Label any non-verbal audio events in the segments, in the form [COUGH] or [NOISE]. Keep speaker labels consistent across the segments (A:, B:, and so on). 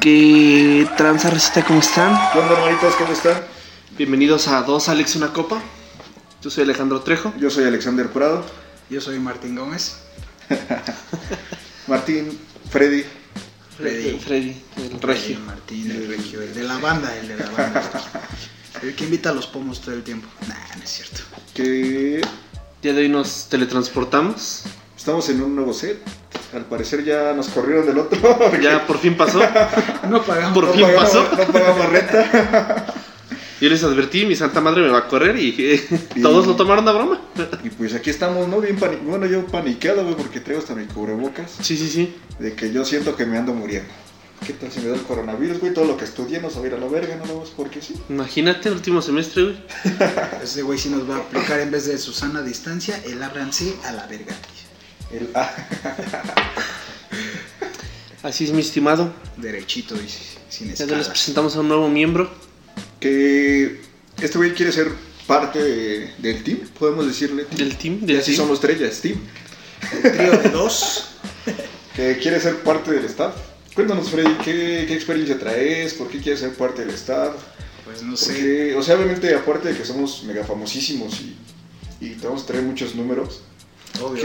A: ¿Qué tranza, recita? ¿Cómo están?
B: ¿Qué onda, hermanitos? ¿Cómo están?
A: Bienvenidos a Dos Alex Una Copa. Yo soy Alejandro Trejo.
B: Yo soy Alexander Prado.
C: Yo soy Martín Gómez.
B: Martín, Freddy.
C: Freddy.
A: Freddy, el regio.
C: El Martín, el regio, el de la banda, el de la
B: [LAUGHS]
C: banda. El que invita a los pomos todo el tiempo. Nah, no es cierto.
B: Que
A: Día de hoy nos teletransportamos.
B: estamos en un nuevo set. Al parecer ya nos corrieron del otro. [LAUGHS] porque
A: Ya por fin pasó.
C: No pagamos.
A: Por
B: no
A: fin
B: pagamos-
A: pasó.
B: No pagamos renta.
A: Yo les advertí, mi santa madre me va a correr y eh, todos lo tomaron a broma.
B: y pues aquí estamos, ¿no? Bien paniqueado. Bueno, yo paniqueado, güey, porque traigo hasta mi cubrebocas.
A: Sí, sí, sí.
B: De que yo siento que me ando muriendo. ¿Qué tal si me da el coronavirus, güey? Todo lo que estudié no se va a ir a la verga, no lo vamos porque sí.
A: Imagínate el último semestre, güey.
C: Ese güey sí nos va a aplicar en vez de Susana a distancia, el ábranse a la verga. tío.
B: El, ah, [LAUGHS]
A: Así es, mi estimado.
C: Derechito, dice, sin
A: Ya les
C: escalas.
A: presentamos a un nuevo miembro.
B: que este güey quiere ser parte de- del team, podemos decirle. team.
A: Del team,
B: Y
A: del
B: así
A: team.
B: somos tres, ya es team.
C: El trío de dos.
B: que quiere ser parte del staff. Cuéntanos, Freddy, ¿qué, qué experiencia traes? ¿Por qué quieres ser parte del staff?
C: Pues no
B: ¿Por
C: sé.
B: qué? O sea, obviamente, aparte de que somos mega famosísimos y, y te vamos a traer muchos números,
C: Obvio.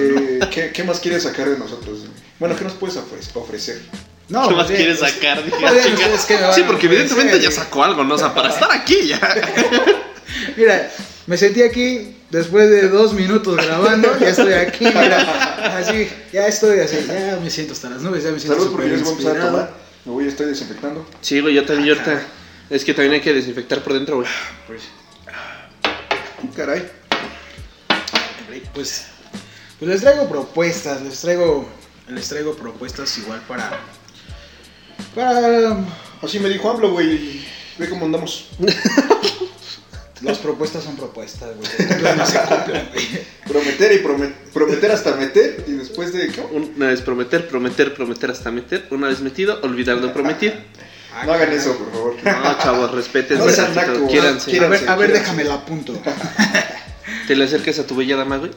B: ¿qué,
C: ¿no?
B: [LAUGHS] qué- qué más quieres sacar de nosotros? Bueno, ¿qué nos puedes ofre- ofrecer?
C: No,
A: ¿Qué más
C: bien,
A: quieres
C: pues, [LAUGHS]
A: sacar? Dije,
C: más bien,
A: "Ah, chinga".
C: ustedes que me van
A: Sí,
C: a
A: porque evidentemente ya
C: ofrecer,
A: sacó algo, ¿no? O sea,
C: [LAUGHS]
A: para estar aquí ya.
C: Mira, me sentí aquí después de dos minutos grabando, ya estoy aquí, mira, así, ya estoy así, ya me siento hasta las nubes, ya me siento
B: Salud, porque
C: súper
B: yo les voy a empezar a
C: inspirado.
B: tomar. Me voy, estoy desinfectando.
A: Sí, güey, yo también yo ahorita.
C: Ajá.
A: Es que también hay que desinfectar por dentro, güey.
C: Pues,
B: Ah, Caray.
C: pues, pues les traigo propuestas, les traigo, les traigo propuestas igual para, para
B: Así me dijo AMLO, güey. Ve cómo andamos.
C: las propuestas son propuestas,
B: [LAUGHS]
C: güey, se cumplan, no se cumplan, güey.
B: Prometer y prome- prometer hasta meter. Y después de. ¿qué?
A: Una vez prometer, prometer, prometer hasta meter. Una vez metido, olvidando prometir.
B: No
C: Ah,
B: hagan eso, por favor.
A: Ah, [LAUGHS]
B: [LAUGHS]
A: No, chavos, respeten.
B: No sean
A: tantito,
B: nacos,
A: quiéranse.
B: quieran-
C: A ver, a ver,
B: Quírense.
C: déjame la
B: [LAUGHS]
C: apunto.
A: Te le acercas a tu bella dama, güey,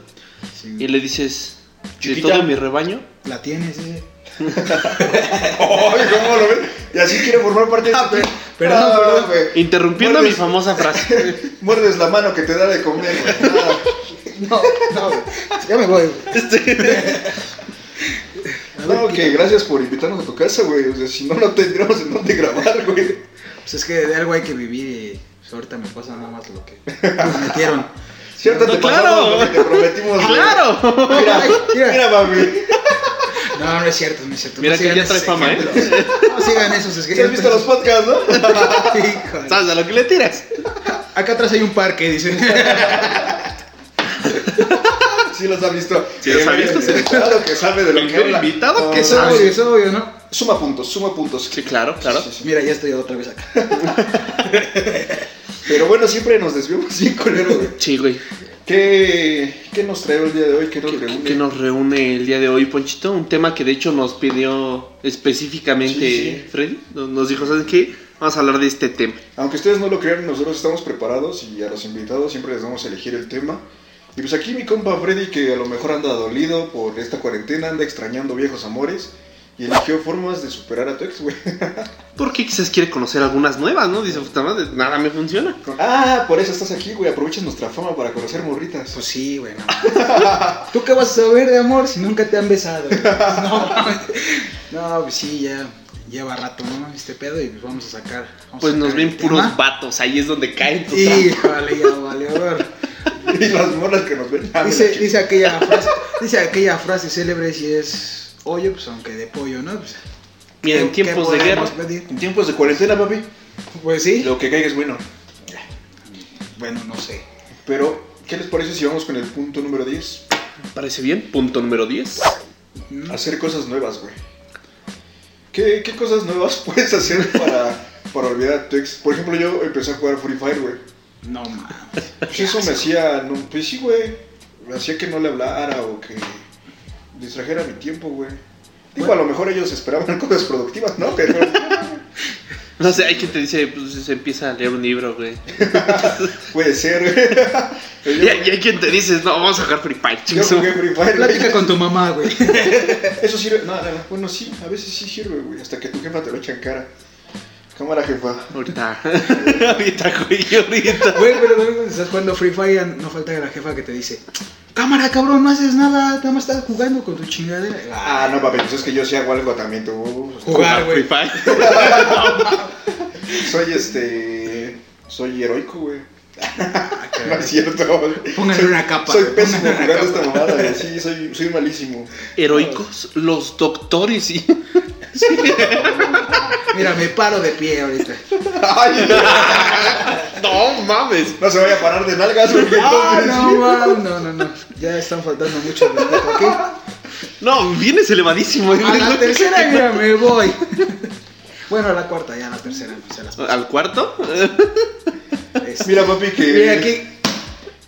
C: Sí,
A: y le dices, de
B: Chiquita.
A: todo mi rebaño,
C: La tienes, eh.
B: Ay, ¿cómo lo ven? Y así quiere formar parte de
C: Ah,
B: este
C: per-
B: team.
C: perdón,
B: Ah,
C: perdón.
B: güey.
A: interrumpiendo mi
B: Muerdes-
A: famosa frase. [LAUGHS]
B: Muerdes la mano que te da de comer, güey.
C: No, no, güey. ya me voy, güey.
A: este,
C: A ver,
B: No, que gracias por invitarnos a tu casa, güey. O sea, si no, no tendríamos en dónde grabar, güey.
C: Pues es que de algo hay que vivir y pues, ahorita me pasa nada más lo que prometieron.
B: ¿Cierto?
A: No,
B: te
A: claro.
B: pasamos lo que te prometimos. güey.
A: [LAUGHS] ¡Claro!
B: Mira,
C: Ay, mira.
B: mira, mami.
C: No, no es cierto, no es cierto.
A: Mira
C: no
A: que
C: sigan
A: ya trae
C: esos
A: fama, ¿eh?
C: ejemplos. No sigan esos, es que
B: ¿Sí has visto los podcasts, no?
C: [LAUGHS] Híjole.
A: ¿Sabes a lo que le tiras?
C: Acá atrás hay un parque, dicen.
A: [LAUGHS]
B: Sí los ha visto.
A: Sí los ha
B: Eh,
A: visto,
B: eh,
A: sí.
B: Claro que sabe de lo que
A: Mejor
B: habla.
A: invitado que
B: No,
C: Es
A: sabe.
C: obvio, es obvio, ¿no?
B: Suma puntos, suma puntos.
A: Sí, claro, claro.
B: Sí, sí, sí.
C: Mira, ya estoy otra vez acá.
B: Pero bueno, siempre nos desviamos [LAUGHS] bien culero, güey.
A: Sí, güey.
B: ¿Qué, ¿Qué nos trae el día de hoy? ¿Qué nos
A: ¿Qué,
B: reúne?
A: qué nos reúne el día de hoy, Ponchito? Un tema que de hecho nos pidió específicamente
B: Sí, sí.
A: Freddy. Nos- Nos dijo, ¿saben qué? Vamos a hablar de este tema.
B: Aunque ustedes no lo crean, nosotros estamos preparados y a los invitados siempre les vamos a elegir el tema. Y pues aquí mi compa Freddy, que a lo mejor anda dolido por esta cuarentena, anda extrañando viejos amores y eligió formas de superar a tu ex, güey. [LAUGHS]
A: Porque quizás quiere conocer algunas nuevas, ¿no? Dice, puta madre, nada me funciona.
B: Ah, por eso estás aquí, güey. Aprovechas nuestra fama para conocer morritas.
C: Pues sí, güey, no. [LAUGHS] ¿Tú qué vas a saber de amor si nunca te han besado? güey? No, mames. no, pues sí, ya lleva rato, ¿no? Este pedo y pues vamos a sacar. vamos a
A: Pues nos
C: sacar
A: ven
C: el
A: puros
C: tema.
A: vatos, ahí es donde caen. tu trampa.
C: Híjole, ya
A: [LAUGHS]
C: vale, a ver.
B: [LAUGHS] y las morras que nos ven. Ah,
C: Dice,
B: mira,
C: dice aquella frase, dice aquella frase célebre si es pollo, pues aunque de pollo, ¿no? Pues,
A: Mira, en
C: ¿qué-
A: tiempos
C: qué
A: de guerra.
C: podemos pedir?
B: En tiempos de cuarentena, papi,
C: Pues sí.
B: lo que caiga es bueno.
C: Bueno, no sé.
B: Pero, ¿qué les parece si vamos con el punto número 10?
A: Parece bien, punto número 10.
C: Mm,
B: Hacer cosas nuevas, güey. ¿Qué, qué cosas nuevas [LAUGHS] puedes hacer para, para olvidar a tu ex? Por ejemplo, yo empecé a jugar Free Fire, güey.
C: No
A: [LAUGHS]
C: mames.
B: Pues eso me hacía. no- pues sí, güey. Me hacía que no le hablara o que distrajera mi tiempo, güey. Digo,
C: Bueno.
B: a lo mejor ellos esperaban [LAUGHS] cosas productivas, ¿no? Pero. [LAUGHS]
A: No sé, hay quien te dice, pues se empieza a leer un libro, güey.
B: Puede ser, güey. [LAUGHS] Pero
A: Y,
B: yo-
A: hay y hay quien te dice, no, vamos a jugar Free Fire,
B: Yo,
A: chingazo".
B: jugué Free Fire. güey. [LAUGHS]
C: Plática con tu mamá, güey.
B: Eso sirve. No, no, no. Bueno, sí, a veces sí sirve, güey. Hasta que tu jefa te lo echa en cara. Cámara, jefa.
A: Ahorita. [LAUGHS] ahorita, güey, ahorita.
C: Güey, pero también cuando estás jugando Free Fire, no falta la jefa que te dice: Cámara, cabrón, no haces nada, nada más estás jugando con tu chingadera.
B: Ah, no, papi, pues es que yo sí hago algo también, tú.
C: Jugar, Ah, güey.
A: Free Fire.
B: Soy este. Soy heroico, güey.
C: Ah,
B: [LAUGHS] No
C: caray.
B: es cierto.
C: Póngale
B: Soy-
C: una capa.
B: Soy
C: güey,
B: pésimo
C: póngale una
B: jugando
C: capa.
B: esta mamada, güey. Sí, soy, soy
C: [LAUGHS]
B: malísimo.
A: Heroicos, los doctores, sí.
C: Mira, me paro de pie ahorita.
B: Ay,
A: [LAUGHS] No mames.
B: no se vaya a parar de nalgas, güey.
C: [LAUGHS] Ah,
B: entonces.
C: no, man, no, no, no. Ya están faltando mucho respeto, [LAUGHS] ¿ok?
A: No, vienes elevadísimo. ¿eh?
C: A
A: güey.
C: la tercera, mira, me voy. Bueno, a la cuarta, ya a la tercera. Se las...
A: [LAUGHS] ¿Al cuarto?
C: es-
B: Mira, papi, que.
C: Este, Mira
B: [LAUGHS]
C: aquí.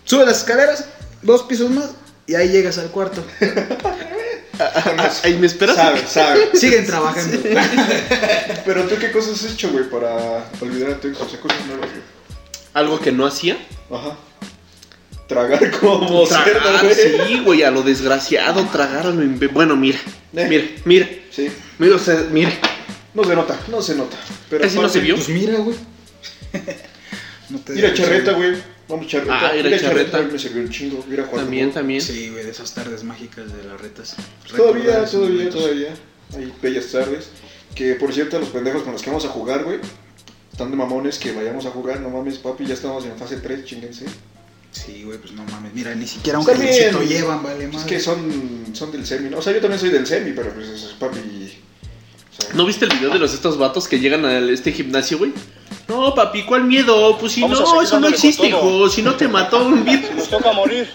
C: Sube las escaleras, dos pisos más, y ahí llegas al cuarto.
A: Ahí Ah, me esperas.
B: Ah, Sabe, sabe.
C: [LAUGHS] Siguen trabajando.
B: Pero tú, ¿qué cosas has hecho, güey, para olvidar a tu ex? O sea, cosas nuevas, güey.
A: Algo que no hacía.
B: Ajá. Tragar como cerdo,
A: Tragar,
B: güey.
A: sí, güey, a lo desgraciado, tragar a lo imbe- Bueno, mira,
B: Eh.
A: mira, mira,
B: Sí.
A: mira, o sea, mira.
B: No se nota, no se nota. Pero
A: Casi no
B: aparte-
A: se vio.
C: Pues mira, güey. [LAUGHS] No te
B: Ir a charreta, güey. Vamos charreta.
A: Ah, ir a
B: Ir a
A: charreta.
B: Me sirvió un chingo. Ir a jugar
A: También,
B: fútbol.
A: también.
C: Sí, güey, de esas tardes mágicas de las retas. Recordar
B: Todavía,
C: esos
B: todavía,
C: momentos.
B: todavía. Hay bellas tardes. Que por cierto, los pendejos con los que vamos a jugar, güey. Están de mamones que vayamos a jugar. No mames, papi, ya estamos en fase 3, chingense.
C: Sí, güey, pues no mames. Mira, ni siquiera un
B: Está bien.
C: calientito llevan, vale,
B: Es
C: más.
B: que son, son del semi, ¿no? O sea, yo también soy del semi, pero pues es papi. o sea,
A: ¿No viste el video de los estos vatos que llegan a este gimnasio, güey? No, papi, ¿cuál miedo? Pues si
D: Vamos a
A: no,
D: seguir
A: eso no
D: dándole con
A: existe,
D: todo.
A: hijo. Si no te mató un
D: [LAUGHS]
A: virus.
D: Nos toca morir.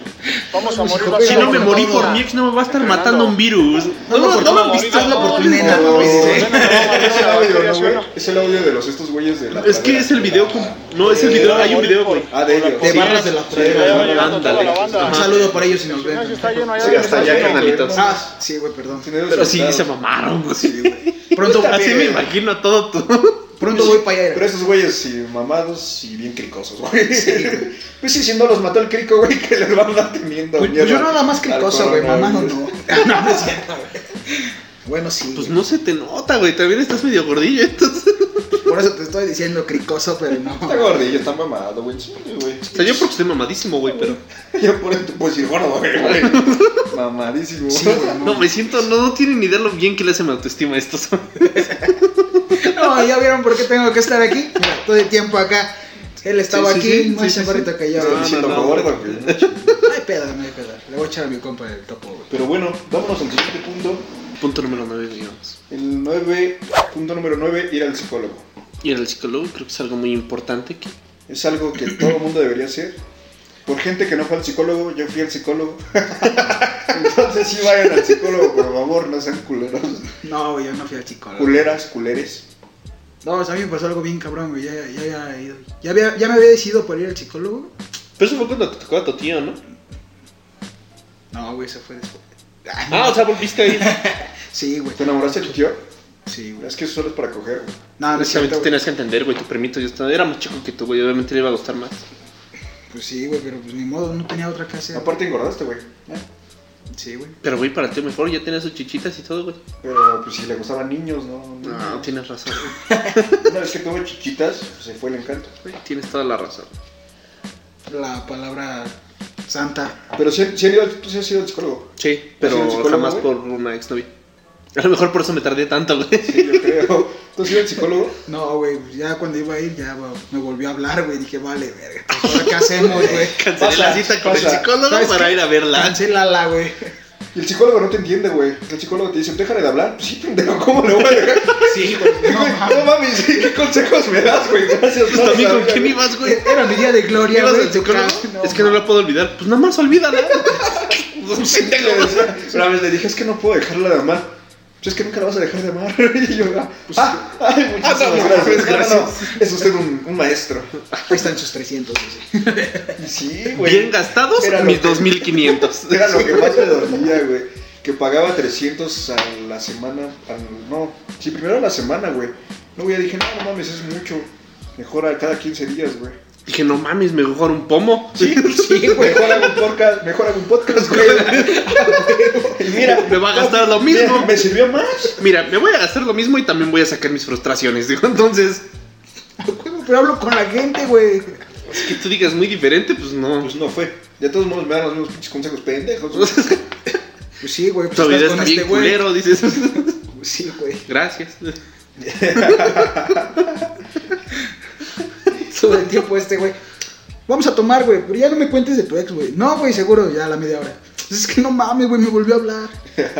D: Vamos a
C: Vamos,
D: morir
C: hijo,
D: así.
A: Si no me
C: no,
A: morí
C: no,
A: por
C: no.
A: mi ex, no me va a estar
D: Fernando.
A: matando un virus. No, no, no,
D: no,
A: lo
D: no,
A: viste.
D: no, no,
A: hazlo por tu
C: no,
A: nena,
C: no,
A: güey.
C: no,
A: Sí.
C: no,
B: Es el audio, ¿no, güey? Es el audio de los estos güeyes de la.
A: Es que
B: pradera.
A: es el video. con- No, es el video. Hay un video, güey.
B: Ah, de ellos.
C: De
A: Sí,
C: barras de la
B: Sí, de
C: fregada.
B: barras.
C: Un saludo para ellos si nos ven.
A: Sí, hasta allá, carnalitos.
C: Ah, sí, güey,
B: [LAUGHS]
C: perdón.
A: Pero sí, se mamaron, güey.
C: Sí, güey. Pronto,
A: Así me imagino a todo tu.
C: pronto voy para allá.
B: Pero esos güeyes sí, mamados y bien cricosos, güey. pues sí, si no los mató el crico, güey, que les van a andar teniendo
C: Pues,
B: miedo
C: pues yo
B: al-
C: nada más cricosa,
B: al
C: güey, mamá
B: [LAUGHS]
C: no. [LAUGHS]
B: coronavirus.
C: No, no es cierto, güey. Bueno, sí.
A: Pues
C: güey.
A: no se te nota, güey. También estás medio gordillo, entonces.
C: Por eso te estoy diciendo cricoso,
B: [LAUGHS]
C: pero no.
B: Está gordillo, está mamado, güey. Sí, güey.
A: O sea, yo porque estoy mamadísimo, güey, pero.
B: [LAUGHS] Yo por esto puedo decir
A: [LAUGHS]
B: gordo, güey. güey. Mamadísimo.
C: Sí, güey,
A: No, me siento. No, no tienen ni idea lo bien que le hace mi autoestima a estos.
C: No, ya vieron por qué tengo que estar aquí. Mira, Todo el tiempo acá. Él estaba
A: Sí, sí,
C: aquí,
A: sí,
C: más
A: sí, Ah, sí,
C: chaparrito que yo.
B: Estoy
A: No,
C: güey.
B: diciendo
A: no, no,
B: gordo, güey.
C: No hay pedo, no hay pedo. Le voy a echar a mi compa del topo, güey.
B: Pero bueno, vámonos al siguiente punto.
A: Punto número 9, digamos.
B: El 9, punto número 9, ir al psicólogo.
A: Y el psicólogo creo que es algo muy importante. Que...
B: Es algo que todo el mundo debería hacer. Por gente que no fue al psicólogo, yo fui al psicólogo. [LAUGHS] Entonces sí vayan al psicólogo, por favor, no sean culeros.
C: No, güey, yo no fui al psicólogo.
B: Culeras, culeres.
C: No, a mí me pasó algo bien cabrón, güey. Ya, ya, había ido. ya, había- ya me había decidido por ir al psicólogo.
A: Pero eso fue cuando te tocó a tu tío, ¿no?
C: No, güey, se fue después.
A: Ah, o sea, volviste a ir.
C: Sí, güey.
B: ¿Te enamoraste de tu tío?
C: Sí, güey.
B: Es que eso solo es para coger, güey.
C: No, no es
A: Precisamente
C: cierto, güey.
A: tenías que entender, güey. Te permito, yo estaba... era más chico que tú, güey. Obviamente le iba a gustar más.
C: Pues sí, güey, pero pues ni modo, no tenía otra que hacer.
B: Aparte engordaste, güey.
C: Sí, güey.
A: Pero, güey, para ti mejor. Ya tenía sus chichitas y todo, güey.
B: Pero pues si le gustaban niños, ¿no?
A: No, tienes razón.
B: Una vez que tuvo chichitas, pues, se fue el encanto.
A: Güey, tienes toda la razón.
C: La palabra santa.
B: Pero si, si han ido, al- tú sí has ido al psicólogo.
A: Sí,
B: ¿Has ido al
A: pero
B: psicólogo,
A: jamás
B: güey?
A: por una exnovia. A lo mejor por eso me tardé tanto, güey. [LAUGHS]
B: Sí, yo creo. ¿Tú has ido al psicólogo?
C: No, güey, pues, ya cuando iba a ir, ya güey, me volvió a hablar, güey. Dije, vale, verga. pues, ¿Ahora qué [LAUGHS] hacemos, güey?
A: Cancelé
B: Pasa,
A: la cita con
B: pasa.
A: el psicólogo
C: ¿Sabes
A: para
C: qué?
A: ir a verla.
C: Cancélala, güey.
B: Y el psicólogo no te entiende, güey. El psicólogo te dice, déjale de hablar. Pues, sí, pendejo, ¿cómo le voy a dejar?
C: Sí, [LAUGHS] güey. No
B: No
C: mames.
B: mames, ¿qué consejos me das, güey? Gracias.
A: Pues también, ¿con
B: Sandra.
A: quién ibas, güey?
C: Era mi día de gloria,
A: ¿Ibas
C: güey.
A: al psicólogo?
C: Ca-
A: es que no la puedo olvidar. Pues nada más olvídala. [LAUGHS] Pues, pendejo.
B: Le decía, Una vez le dije, es que no puedo dejarla de amar. Pues es que nunca la vas a dejar de amar. [LAUGHS] Y yo, ah, ah, ay, muchísimas
A: Pues no, no,
B: gracias.
A: gracias.
B: No, no, es usted un, un maestro.
C: Ahí están sus 300, güey. [LAUGHS]
B: Y sí, güey.
A: Bien gastados
B: Era lo
A: mis
B: que-
A: 2500.
B: [LAUGHS] Era lo que más me dolía, güey. Que pagaba 300 a la semana. al- no, sí, primero a la semana, güey. No, güey, dije, no, no mames, es mucho. Mejor a cada 15 días, güey.
A: Dije, no mames, me mejor un
B: [LAUGHS]
A: pomo.
C: Sí, güey.
B: Mejor hago un podcast, mejor hago un podcast,
A: [LAUGHS]
B: güey. Y mira,
A: Me va a gastar lo
B: mira,
A: mismo.
B: Me sirvió más.
A: Mira, me voy a gastar lo mismo y también voy a sacar mis frustraciones. Digo, entonces,
C: pero hablo con la gente, güey.
A: Así que tú digas muy diferente, pues no.
B: Pues no fue. De todos modos me dan los mismos pinches consejos pendejos. [LAUGHS] güey.
A: [LAUGHS]
C: Pues sí, güey. Pues
A: tu vida
C: estás
A: está
C: con
A: bien
C: este güey.
A: culero,
B: [LAUGHS]
A: dices.
C: Pues sí, güey.
A: Gracias.
C: Sobre el tiempo este, güey. Vamos a tomar, güey, pero ya no me cuentes de tu ex, güey. No, güey, seguro, ya a la media hora. Es que no mames, güey, me volvió a hablar.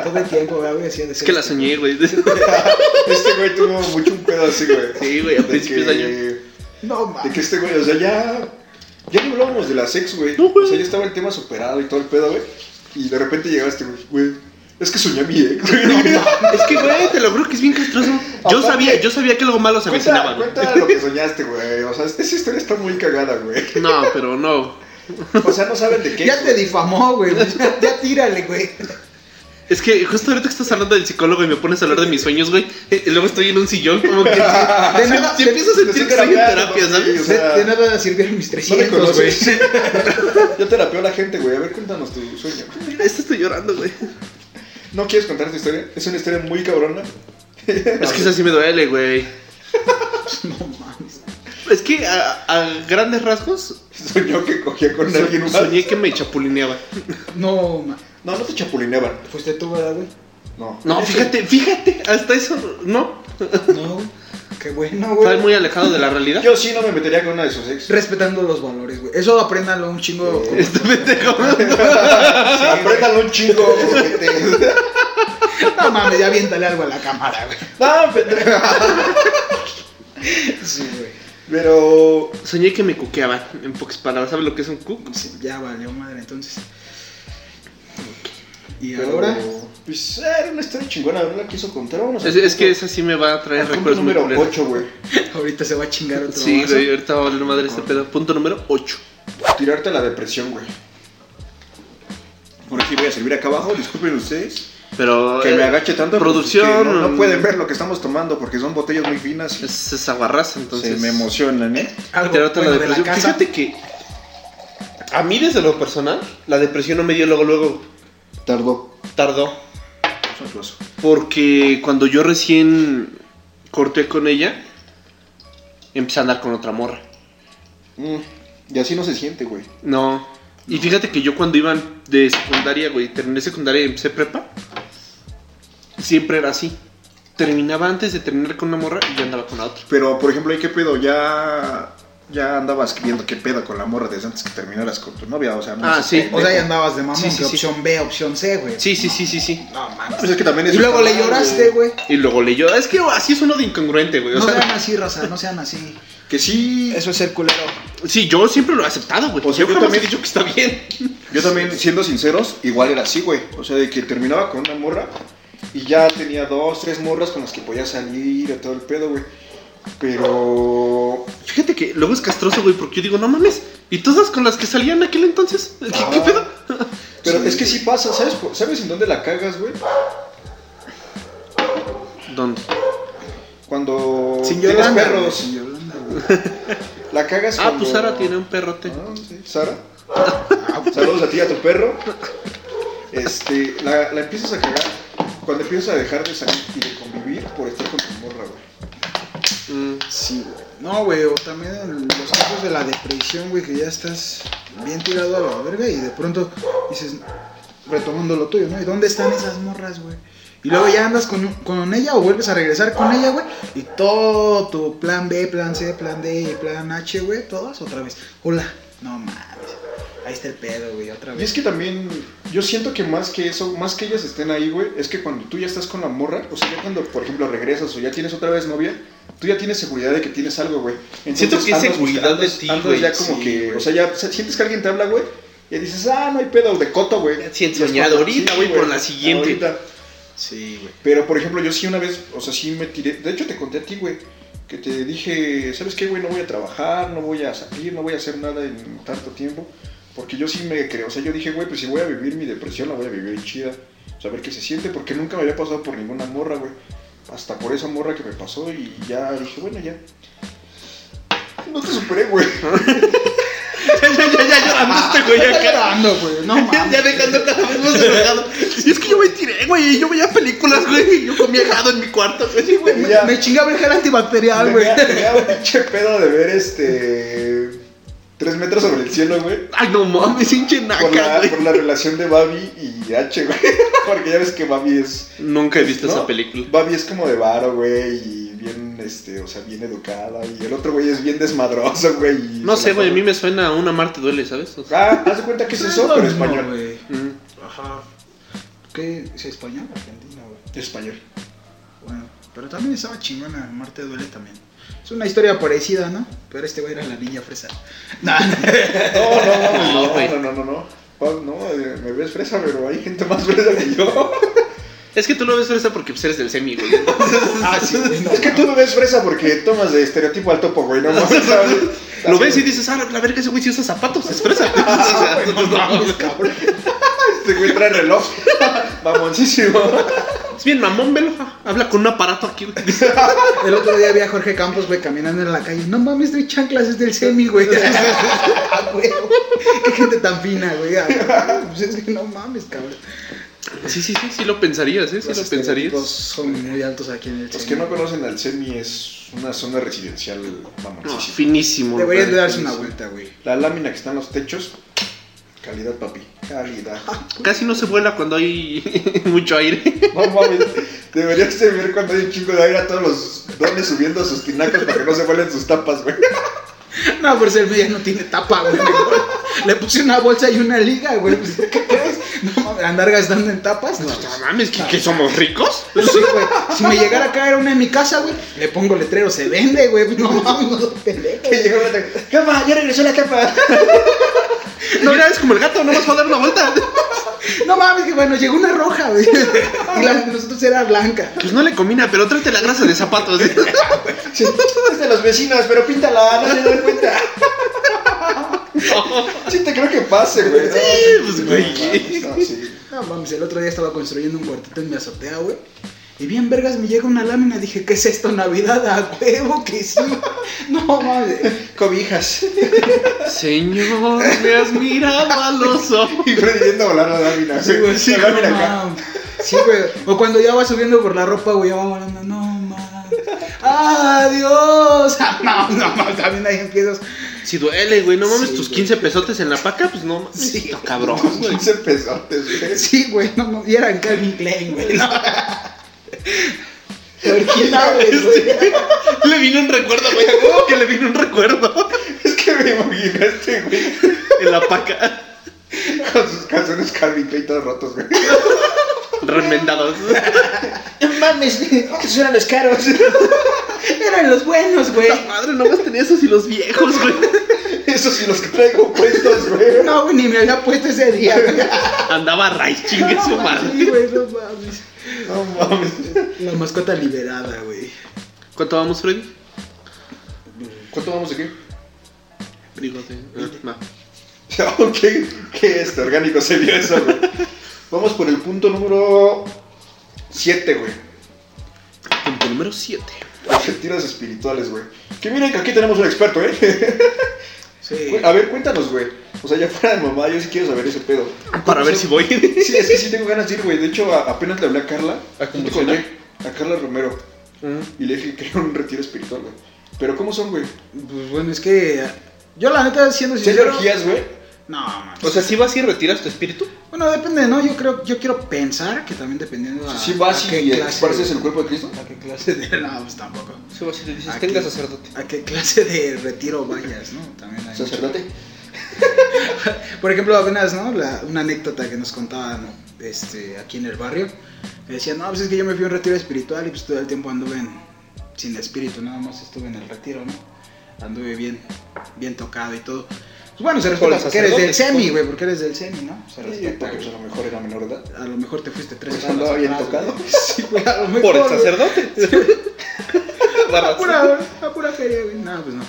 C: Todo el tiempo, güey, güey, hacía de
A: Es que la soñé, güey. [LAUGHS]
B: Este güey tuvo mucho un pedo así, güey.
A: Sí, güey, a
B: De
A: principios de
B: que-
C: No
B: De
C: mames.
B: que este güey, o sea, ya. Ya no hablábamos de la sex, güey.
A: No, güey.
B: O sea, ya estaba el tema superado y todo el pedo, güey. Y de repente llegaba este güey, güey. Es que soñé a mi ex, güey.
A: Es que, güey, te lo juro que es bien castroso. Yo
B: Aparte-
A: sabía, yo sabía que algo malo se
B: [LAUGHS] Cuenta,
A: avecinaba, güey.
B: cuenta lo que soñaste, güey. O sea, esta esa historia está muy cagada, güey.
A: [LAUGHS] No, pero no.
B: O sea, no saben de qué.
C: Ya te
B: güey.
A: [LAUGHS]
C: difamó, güey. Ya, ya tírale, güey.
A: Es que justo ahorita que estás hablando del psicólogo y me pones a hablar de mis sueños, güey, eh, luego estoy en un sillón como [LAUGHS] que...
C: De nada,
A: Si
C: de-
A: empiezo a sentir que estoy en terapia, ¿sabes?
B: o
C: de,
B: sea,
C: de nada sirvieron mis
B: No me
C: 300, güey.
B: conoces. [LAUGHS] Yo terapeo a la gente, güey. A ver, cuéntanos tu sueño.
A: Mira, esto estoy llorando, güey.
B: ¿No quieres contar tu historia? Es una historia muy cabrona. [LAUGHS]
A: Es que eso sí me duele, [LAUGHS] güey.
C: No mames.
A: Es que a, a grandes rasgos
B: Soñó que cogía con alguien más.
A: soñé que me chapulineaba.
C: [LAUGHS] No mames.
B: No, no te chapulineaban.
C: Fuiste tú, ¿verdad, güey?
B: No.
A: No, fíjate, fíjate, hasta eso, no.
C: No. Qué bueno,
A: Está
C: güey.
A: muy alejado de la realidad.
B: Yo sí no me metería con una de sus [LAUGHS] ex.
C: Respetando los valores, güey. Eso apréndalo un chingo.
B: Sí.
A: Este pendejo.
B: Ah, Apréndalo un chingo. ojete.
C: No mames, ya aviéntale algo a la cámara, güey.
B: [LAUGHS] no, pendejo.
C: Sí, güey.
B: Pero.
A: Soñé que me cuqueaba, en pocas palabras. ¿Sabes lo que es un cook?
C: Sí, ya valió madre, entonces. ¿Y
B: pero-
C: ahora?
B: Pues era una historia chingona. No la quiso contar. Vamos a
A: Es, es que esa sí me va a traer
B: Punto
A: recuerdos muy
B: número
A: culeros.
B: 8, güey.
C: Ahorita se va a chingar otro
A: Sí,
C: vaso.
A: güey, ahorita va a valer madre este pedo. Punto número 8.
B: Tirarte a la depresión, güey. Por aquí voy a servir acá abajo. Disculpen ustedes.
A: Pero.
B: Que
A: eh,
B: me agache tanto. porque
A: Producción.
B: No, no pueden ver lo que estamos tomando porque son botellas muy finas. y
A: Es, es aguarraza, entonces.
B: Se me emocionan, ¿eh?
C: Algo
A: Te nota la
C: bueno de la
A: depresión.
C: casa.
A: Fíjate que. A mí, desde lo personal, la depresión no me dio luego, luego.
B: Tardó.
A: Tardó.
B: Es un aplauso.
A: Porque cuando yo recién corté con ella, empecé a andar con otra morra.
B: Mm, Y así no se siente, güey.
A: No. Y fíjate que yo cuando iba de secundaria, güey, terminé secundaria y empecé prepa, siempre era así. Terminaba antes de terminar con una morra y yo andaba con la otra.
B: Pero, por ejemplo, ¿y qué pedo? Ya. Ya andabas viendo qué pedo con la morra desde antes que terminaras con tu novia, o sea, no
A: Ah,
B: seas
A: sí.
B: pendejo.
C: O sea, ya andabas de mamón,
A: Sí, sí,
C: que
A: sí.
C: opción B, opción C, güey.
A: Sí, sí, sí, sí, sí.
C: No mames.
B: Pues es que también es
C: Y luego le
B: normal,
C: lloraste, güey.
A: Y luego le yo, es que así es uno de incongruente, güey. O
C: No
A: sea,
C: sean así, raza, no sean así.
B: Que sí.
C: Eso es ser culero.
A: sí, yo siempre lo he aceptado, güey.
B: O sea,
A: yo
B: yo
A: jamás
B: también-
A: he dicho que está bien.
B: Yo también, siendo sinceros, igual era así, güey. O sea, de que terminaba con una morra y ya tenía dos, tres morras con las que podía salir o todo el pedo, güey. Pero.
A: Fíjate que luego es castroso, güey, porque yo digo, no mames, ¿y todas con las que salían aquel entonces? ¿Qué, qué
B: Ah.
A: pedo?
B: Pero
C: Sí.
B: es que sí pasa, ¿sabes? por- ¿Sabes en dónde la cagas, güey?
A: ¿Dónde?
B: Cuando.
C: Sin
B: tienes
C: Yolanda. güey,
B: perros.
C: Sin Yolanda, güey.
B: La cagas
A: Ah, pues
B: cuando-
A: Sara tiene un Ah, perrote.
B: Ah, sí, Sara. Saludos a ti y a tu perro. Este, la, la empiezas a cagar cuando empiezas a dejar de salir y de convivir por estar con tu morra, güey.
A: Mm.
C: Sí, güey. No, güey, o también en los casos de la depresión, güey, que ya estás bien tirado a la verga y de pronto dices, retomando lo tuyo, ¿no? ¿Y dónde están esas morras, güey? Y luego ya andas con, con ella o vuelves a regresar con ella, güey, y todo tu plan B, plan C, plan D, plan H, güey, todas otra vez. Hola, no mames. Ahí está el pedo, güey, otra
B: Y es
C: vez.
B: que también, yo siento que más que eso, más que ellas estén ahí, güey, es que cuando tú ya estás con la morra, o sea, ya cuando, por ejemplo, regresas o ya tienes otra vez novia, tú ya tienes seguridad de que tienes algo, güey.
A: Siento que es
B: andas
A: seguridad
B: buscando-
A: de ti,
B: andas
A: güey,
B: ya como
A: sí,
B: que,
A: güey.
B: o sea, ya o sea, sientes que alguien te habla, güey, y dices, ah, no hay pedo, de coto, güey.
A: Sí,
B: Y es
A: ensoñado,
B: como,
A: ahorita voy por la siguiente.
B: ahorita.
C: Sí, güey.
B: Pero, por ejemplo, yo sí una vez, o sea, sí me tiré. De hecho, te conté a ti, güey, que te dije, ¿sabes qué, güey? No voy a trabajar, no voy a salir, no voy a hacer nada en tanto tiempo. Porque yo sí me creo, o sea, yo dije, güey, pues si voy a vivir mi depresión, la voy a vivir chida. O sea, a ver qué se siente, porque nunca me había pasado por ninguna morra, güey. Hasta por esa morra que me pasó y ya dije, bueno, ya. No te superé, güey.
A: [LAUGHS] ya, ya, ya, ya, llorando este güey
C: Está
A: acá.
C: llorando, güey. No mames.
A: [LAUGHS] ya dejando cada vez más enojado. Y es que yo me tiré, güey. y Yo veía películas, güey. y Yo comía helado en mi cuarto, güey.
C: Me,
B: Ya.
C: me chingaba el gel antibacterial, güey.
B: Tenía, tenía un pinche pedo de ver este. Tres metros sobre el cielo, güey.
A: Ay, no mames, hinche
B: Por
A: naca,
B: la,
A: güey.
B: por la relación de Babi y H, güey. [LAUGHS] Porque ya ves que Babi es.
A: Nunca he visto
B: ¿no?
A: esa película.
B: Babi es como de varo, güey. Y bien, este, o sea, bien educada. Y el otro güey es bien desmadroso, güey. y
A: No
B: se
A: sé,
B: la
A: güey. A
B: pasa-
A: mí me suena a una Marte duele, ¿sabes? O sea,
B: Ah, haz de cuenta que es eso, pero
C: No,
B: español.
C: güey.
A: mm.
C: Ajá. ¿Qué? ¿Es español o argentina, güey?
B: Español.
C: Bueno, pero también estaba chingona, Marte duele también. Es una historia parecida, ¿no? Pero este güey era la niña fresa. [LAUGHS] Nah,
B: No,
A: No,
B: no, no,
A: güey.
B: no, no, no, no, no. Pau, No, eh, me ves fresa, pero hay gente más fresa que yo.
A: Es que tú lo ves fresa porque pues, eres del semi, güey.
C: ah, sí, güey,
B: [LAUGHS]
C: no.
B: Es que tú me ves fresa porque tomas de estereotipo al topo, güey. No [LAUGHS] mames, ¿sabes?
A: Lo ves y dices, ah, la verga, ese güey si usa zapatos, es [LAUGHS] fresa.
B: cabrón. [LAUGHS] Este güey trae reloj. [LAUGHS] Mamoncísimo.
A: Es bien mamón, velo. ah, Habla con un aparato aquí, güey.
C: [LAUGHS] El otro día vi a Jorge Campos, güey, caminando en la calle. No mames, de chanclas es del semi, güey. [LAUGHS] Ah, güey. Qué gente tan fina, güey. Ah, Pues es que no mames, cabrón.
A: Sí, sí, sí, sí lo pensarías, ¿eh? Sí lo
C: Los
A: pensarías.
C: son muy altos aquí en el
B: Los
C: semi.
B: que no conocen al semi es una zona residencial mamoncísima.
A: No, finísimo.
C: Deberían de
A: güey.
C: darse una vuelta, güey.
B: La lámina que está en los techos, calidad, papi. [LAUGHS] Calidad.
A: Casi no se vuela cuando hay [LAUGHS] mucho aire.
B: No mames, deberías de ver cuando hay un chingo de aire a todos los dones subiendo sus tinacos para que no se vuelen sus tapas, [LAUGHS] güey.
C: No, pero ese media no tiene tapa, güey. mejor. Le puse una bolsa y una liga, güey. Pues, ¿Qué crees? No mames, andar gastando en tapas. No,
A: No mames, ¿que, que somos ricos?
C: Pues sí, güey. Si me llegara a caer una en mi casa, güey, le pongo letrero, se vende, güey. Pues, No mames, no soy pendejo.
B: Que llegó una taca, capa, ya regresó la capa.
A: [LAUGHS] No, ya es como el gato, no más a dar una vuelta.
C: No mames, que bueno, llegó una roja, güey. Y la de nosotros era blanca.
A: Pues no le combina, pero trate la grasa de zapatos. [LAUGHS]
B: Sí, es de los vecinos, pero píntala, no se dan cuenta. Sí, te creo que pase, güey.
A: Sí, pues, güey.
B: No, mames, no, sí.
C: No mames, el otro día estaba construyendo un cuartito en mi azotea, güey. Y bien, vergas, me llega una lámina. Dije, ¿qué es esto? Navidad a huevo que sí. No mames.
B: Cobijas.
A: Señor, me has mirado a los ojos.
B: [LAUGHS] Y Freddy viendo volar la lámina.
C: Sí, güey, sí,
B: la lámina
C: no
B: acá.
C: mames. Sí, güey. O cuando ya va subiendo por la ropa, güey, ya va volando. No mames. ¡Adiós! [LAUGHS] No, no mames, también ahí empiezas.
A: Si duele, güey, no mames,
C: Sí,
A: tus
C: güey.
A: 15 pesotes en la paca, pues no mames.
C: Sí.
A: Sí, cabrón, güey. [LAUGHS]
B: 15 pesotes, güey.
C: Sí, güey, no mames. Y eran Calvin Klein, güey. No. [LAUGHS] Originales, güey.
A: Le vino un recuerdo, güey. a huevo [LAUGHS] que le vino un recuerdo?
B: Es que me imagino a este güey
A: En la paca.
B: con sus calzones Calvin Klein todos rotos, güey.
A: [LAUGHS] Remendados.
B: No
C: [LAUGHS]
B: mames, esos eran los caros.
C: Eran los buenos, güey.
A: La madre, nomás tenía esos y los viejos, güey.
B: Esos sí los que traigo puestos, güey.
C: No, güey, ni me había puesto ese día, [LAUGHS] güey.
A: Andaba raíz, chingue su madre.
C: Sí, güey, no mames.
B: No mames.
C: La mascota liberada, güey.
A: ¿Cuánto vamos, Freddy?
B: ¿Cuánto vamos aquí?
A: Bigote. Ah, no.
B: [LAUGHS] Ok, ¿qué este orgánico se vio eso, güey? Vamos por el punto número 7, güey.
A: Punto número 7.
B: Los retiros espirituales, güey. Que miren que aquí tenemos un experto, ¿eh?
C: Sí.
B: Güey, A ver, cuéntanos, güey. O sea, ya fuera de mamá, yo sí quiero saber ese pedo.
A: Ah, Para ver si voy.
B: Sí, es que sí tengo ganas de ir, güey. De hecho, a- apenas le hablé a Carla.
A: ¿A
B: no te
A: convulsionar?
B: conté, A Carla Romero.
C: Mm.
B: Y le dije que era un retiro espiritual, güey. Pero ¿cómo son, güey?
C: Pues bueno, es que. Pues Yo, la neta, siendo
B: ¿Sí hay
C: sincero.
B: orgías, güey?
C: No, mames.
A: O sea, si vas y retiras tu espíritu.
C: Bueno, depende, ¿no? Yo creo, yo quiero pensar que también dependiendo a,
B: ¿Sí vas
C: a
B: y
C: qué
B: esparces
C: de-
B: el cuerpo de Cristo?
C: a qué clase de... [LAUGHS] No, pues tampoco.
A: Si vas y te dices,
C: Aquí.
A: tenga sacerdote.
C: A qué clase de retiro vayas, ¿no? También hay
B: ¿Sacerdote?
C: Por ejemplo, apenas, ¿no? La- una anécdota que nos contaban este, aquí en el barrio. Me decían, no, pues es que yo me fui a un retiro espiritual y pues todo el tiempo anduve en- sin espíritu, nada más estuve en el retiro, ¿no? Anduve bien, bien tocado y todo. Pues bueno, se respeta
A: los
C: porque eres del
A: sacerdotes,
C: semi, güey, porque eres del semi, ¿no? Se
B: Sí,
C: respeta.
B: porque pues, a lo mejor era menor de edad.
C: A lo mejor te fuiste tres
B: Pues
C: pasos
B: andaba bien
C: atrás,
B: tocado.
C: güey. [LAUGHS] Sí, güey, a lo mejor.
A: Por el
C: güey.
A: sacerdote.
C: [LAUGHS]
A: [LAUGHS]
C: A pura, a pura feria, güey. No, pues no.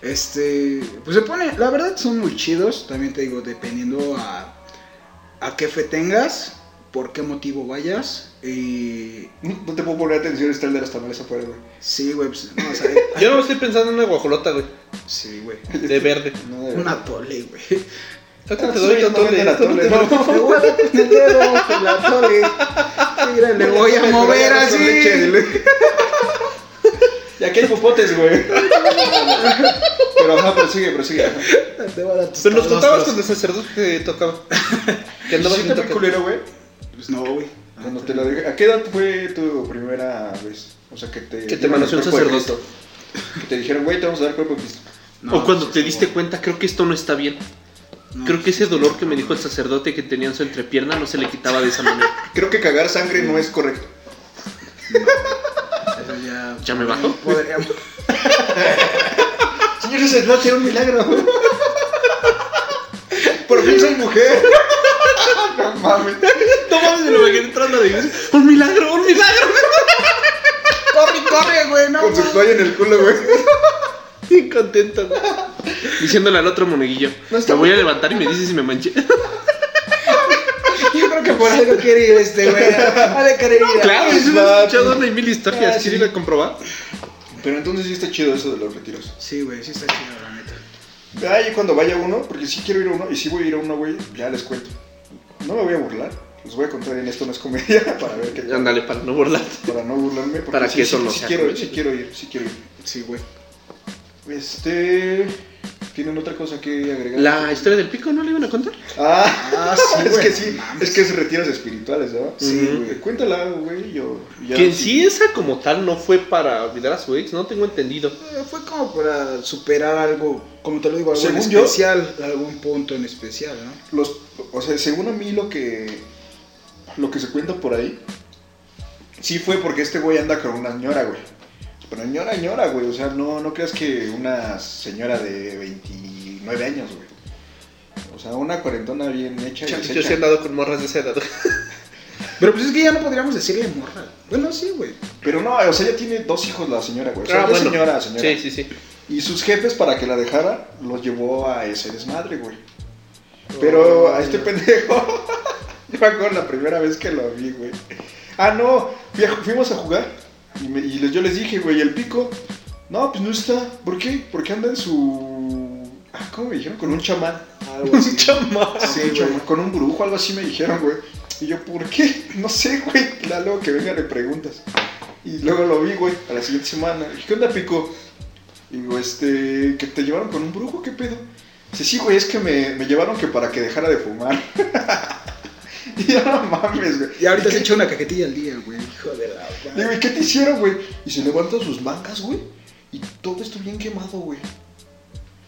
C: Este, pues se pone, la verdad son muy chidos, también te digo, dependiendo a, a qué fe tengas, por qué motivo vayas, y
B: No te puedo poner atención, está el de las tamales afuera, güey.
C: sí, güey, pues, no, o sea,
A: Yo no estoy pensando en una guajolota, güey.
C: sí, güey,
A: De verde.
B: No, de verdad.
C: un atole, güey,
A: Ahorita te doy tu
B: No venden
A: atole.
B: atole,
A: ahorita
B: ¿no?
C: Me voy a dar con el dedo, el atole. Mira, le voy a mover
B: Con leche de
C: así. [LAUGHS]
B: le- Y aquí hay popotes, güey. Pero ajá, prosigue, prosigue. ajá.
C: Te voy a dar tus
A: Pero nos
C: talos,
A: contabas
C: los-
A: cuando el sacerdote tocaba. Que andaba
B: ¿Sí
A: bien
B: te fue
A: tocado.
B: culero, güey?
C: Pues no, güey.
B: Ah, Cuando te la dejé- ¿A qué edad fue tu primera vez? O sea, que te...
A: Que te
B: dieron el
A: manoseó un
B: cuerpo de
A: sacerdote.
B: Cristo. Que te dijeron, güey, te vamos a dar cuerpo de Cristo.
C: No, pues
A: o cuando
C: sí,
A: te
C: sí,
A: diste
C: güey.
A: cuenta, creo que esto no está bien.
C: No,
A: Creo que
C: sí,
A: ese
C: sí,
A: dolor
C: sí.
A: que me dijo el sacerdote que tenía en su entrepierna no se le quitaba de esa
C: [LAUGHS]
A: manera.
B: Creo que cagar sangre no es correcto.
C: Eso ya.
A: ¿Ya me bajó?
C: Podríamos.
B: Señores, es noche, un milagro. Por fin soy mujer. [LAUGHS] no mames.
A: No mames, me lo imaginé entrando de ¡Un milagro, un milagro!
C: Corre, corre, güey, no.
B: Con su
C: mames.
B: toalla en el culo, güey.
A: Bien contento. güey. Diciéndole al otro moneguillo,
B: No está
A: te voy a levantar y me dices si me manché.
C: Yo creo que por algo quiere ir este, güey. Ha de querer ir.
A: [LAUGHS] claro,
B: es
A: yo no he
B: papi.
A: escuchado una y mil historias.
C: Ah, sí.
A: ¿Quieres ir a comprobar?
B: Pero entonces sí está chido eso de los retiros.
C: Sí, güey, sí está chido, la neta.
B: Ah, yo cuando vaya uno, porque sí quiero ir a uno, y sí voy a ir a uno, güey, ya les cuento. No me voy a burlar, les voy a contar en esto no es comedia, [LAUGHS] para ver qué tal,
A: Ándale, para no burlarte.
B: Para no burlarme, porque
A: Para
B: sí,
A: que eso
B: sí,
A: no
B: sí
A: sea
B: quiero, ir,
A: comedia.
B: sí quiero ir, sí quiero ir.
C: Sí, güey.
B: Este... ¿Tienen otra cosa que agregar?
A: La historia del pico no la iban a contar.
B: Ah,
C: Ah, sí,
B: [LAUGHS] es
C: güey.
B: que sí,
C: Mames.
B: es que es retiros espirituales, ¿verdad?
A: Sí,
B: Ujú.
A: güey.
B: Cuéntala, güey, yo... ya-
A: que en sí esa como tal no fue para olvidar a su ex, no tengo entendido.
C: Eh, Fue como para superar algo, como te lo digo, algo en
B: Según yo-
C: especial, algún punto en especial, ¿no?
B: los o sea según a mí lo que lo que se cuenta por ahí sí fue porque este güey anda con una ñora güey pero ñora ñora güey o sea no no creas que una señora de 29 años güey o sea una cuarentona bien hecha y
A: Yo sí he
B: deshecha.
A: andado con morras de esa edad.
C: Pero pues es que ya no podríamos decirle morra. Bueno, sí, güey.
B: pero no o sea ya tiene dos hijos la señora güey o sea, ya es señora señora
A: Ah, Sí, sí, sí.
B: y sus jefes para que la dejara los llevó a ese desmadre güey Pero a
A: Oh.
B: este pendejo, [LAUGHS] yo me acuerdo la primera vez que lo vi, güey. Ah, no, fui a- fuimos a jugar y, me- y les- yo les dije, güey, el pico. No, pues no está. ¿Por qué? Porque anda en su. Ah, ¿Cómo me dijeron? Con un chamán.
C: Algo así.
A: Chama.
C: Sí,
B: Un
C: güey.
B: chamán, Con un brujo, algo así me dijeron, güey. Y yo, ¿por qué? No sé, güey. La luego que venga le preguntas. Y luego lo vi, güey, a la siguiente semana. Dije, ¿qué onda, pico? Y digo, este, ¿que te llevaron con un brujo? ¿Qué pedo? Dice, sí, güey, es que me, me llevaron que para que dejara de fumar. [LAUGHS] y yo, no mames, güey.
C: Y ahorita
B: ¿Y
C: se
B: qué-
C: echa una cajetilla al día, güey. Hijo de la madre.
B: Digo, ¿y qué te hicieron, güey? Y se levantan sus mangas, güey. Y todo esto bien quemado, güey.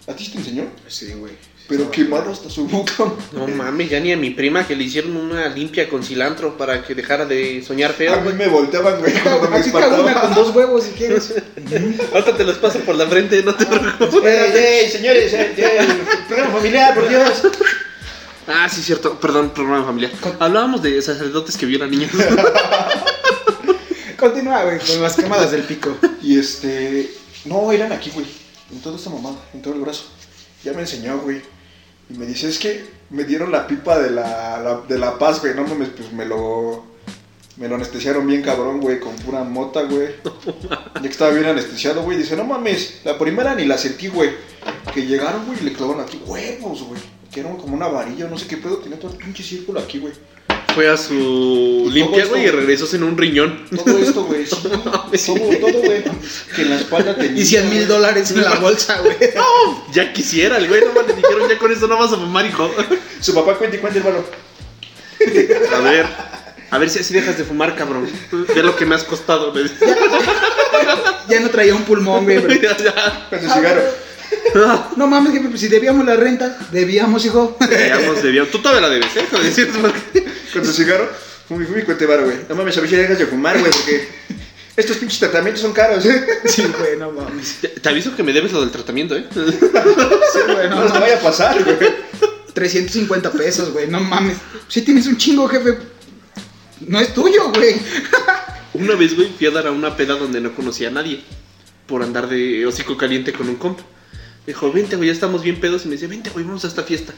B: ¿A ti sí te enseñó?
C: Sí, güey.
B: Pero
C: Estaba-
B: quemado hasta su boca.
A: No mames, ya ni a mi prima que le hicieron una limpia con cilantro para que dejara de soñar
B: A
A: feo.
B: mí me volteaban, güey,
C: [LAUGHS]
B: cuando me
C: Aquí te hago una con
B: espantaba.
C: dos huevos si quieres.
A: Ahorita te los paso por la frente, no te preocupes.
B: ey, señores, eh, eh, problema familiar, por Dios.
A: Ah, sí, cierto. Perdón, programa familiar. Hablábamos de sacerdotes que violan niños.
C: Continúa, güey, con las quemadas del pico.
B: Y este. No, eran aquí, güey. En toda esta mamada, en todo el brazo. Ya me enseñó, güey. Y me dice, es que me dieron la pipa de la, la- de la paz, güey. No mames, pues me lo. Me lo anestesiaron bien cabrón, güey, con pura mota, güey. Ya que estaba bien anestesiado, güey. Dice, no mames, la primera ni la sentí, güey. Que llegaron, güey, y le clavaron aquí huevos, güey. Que eran como una varilla, no sé qué pedo. Tenía todo el pinche círculo aquí, güey.
A: Fue a su limpia, güey, y regresó en un riñón.
B: Todo esto, güey. sí, Pues Todo, todo, güey. Que en la espalda tenía.
C: Y 100 mil
B: güey.
C: dólares en la bolsa, güey.
A: [LAUGHS] Ya quisiera el güey, no mames, le dijeron, ya con esto no vas a mamar, hijo.
B: Su papá cuenta y cuenta, hermano.
A: A ver, a ver si así dejas de fumar, cabrón. Ve lo que me has costado. güey.
C: Ya no traía un pulmón, güey.
A: [LAUGHS]
C: pero-
A: Ya, ya.
B: Con su cigarro.
C: No mames, jefe, pues si debíamos la renta, debíamos, hijo.
A: Digamos, debió- Tú todavía la debes, ¿eh? Joder, sí, es porque-
B: Con su cigarro. Fumi, fumi, cuente varo, güey. No mames, a ver si dejas de fumar, güey, porque estos pinches tratamientos son caros, ¿eh?
C: Sí, güey, no mames.
A: Te- Te aviso que me debes lo del tratamiento, ¿eh?
C: Sí, güey, no
B: No nos
C: mames.
B: vaya a pasar, güey.
C: 350 pesos, güey, no mames. Si tienes un chingo, jefe. No es tuyo, güey.
A: Una vez, güey, fui a dar a una peda donde no conocía a nadie por andar de hocico caliente con un compa. Me Dijo, vente, güey, ya estamos bien pedos. Y me dice, vente, güey, vamos a esta fiesta.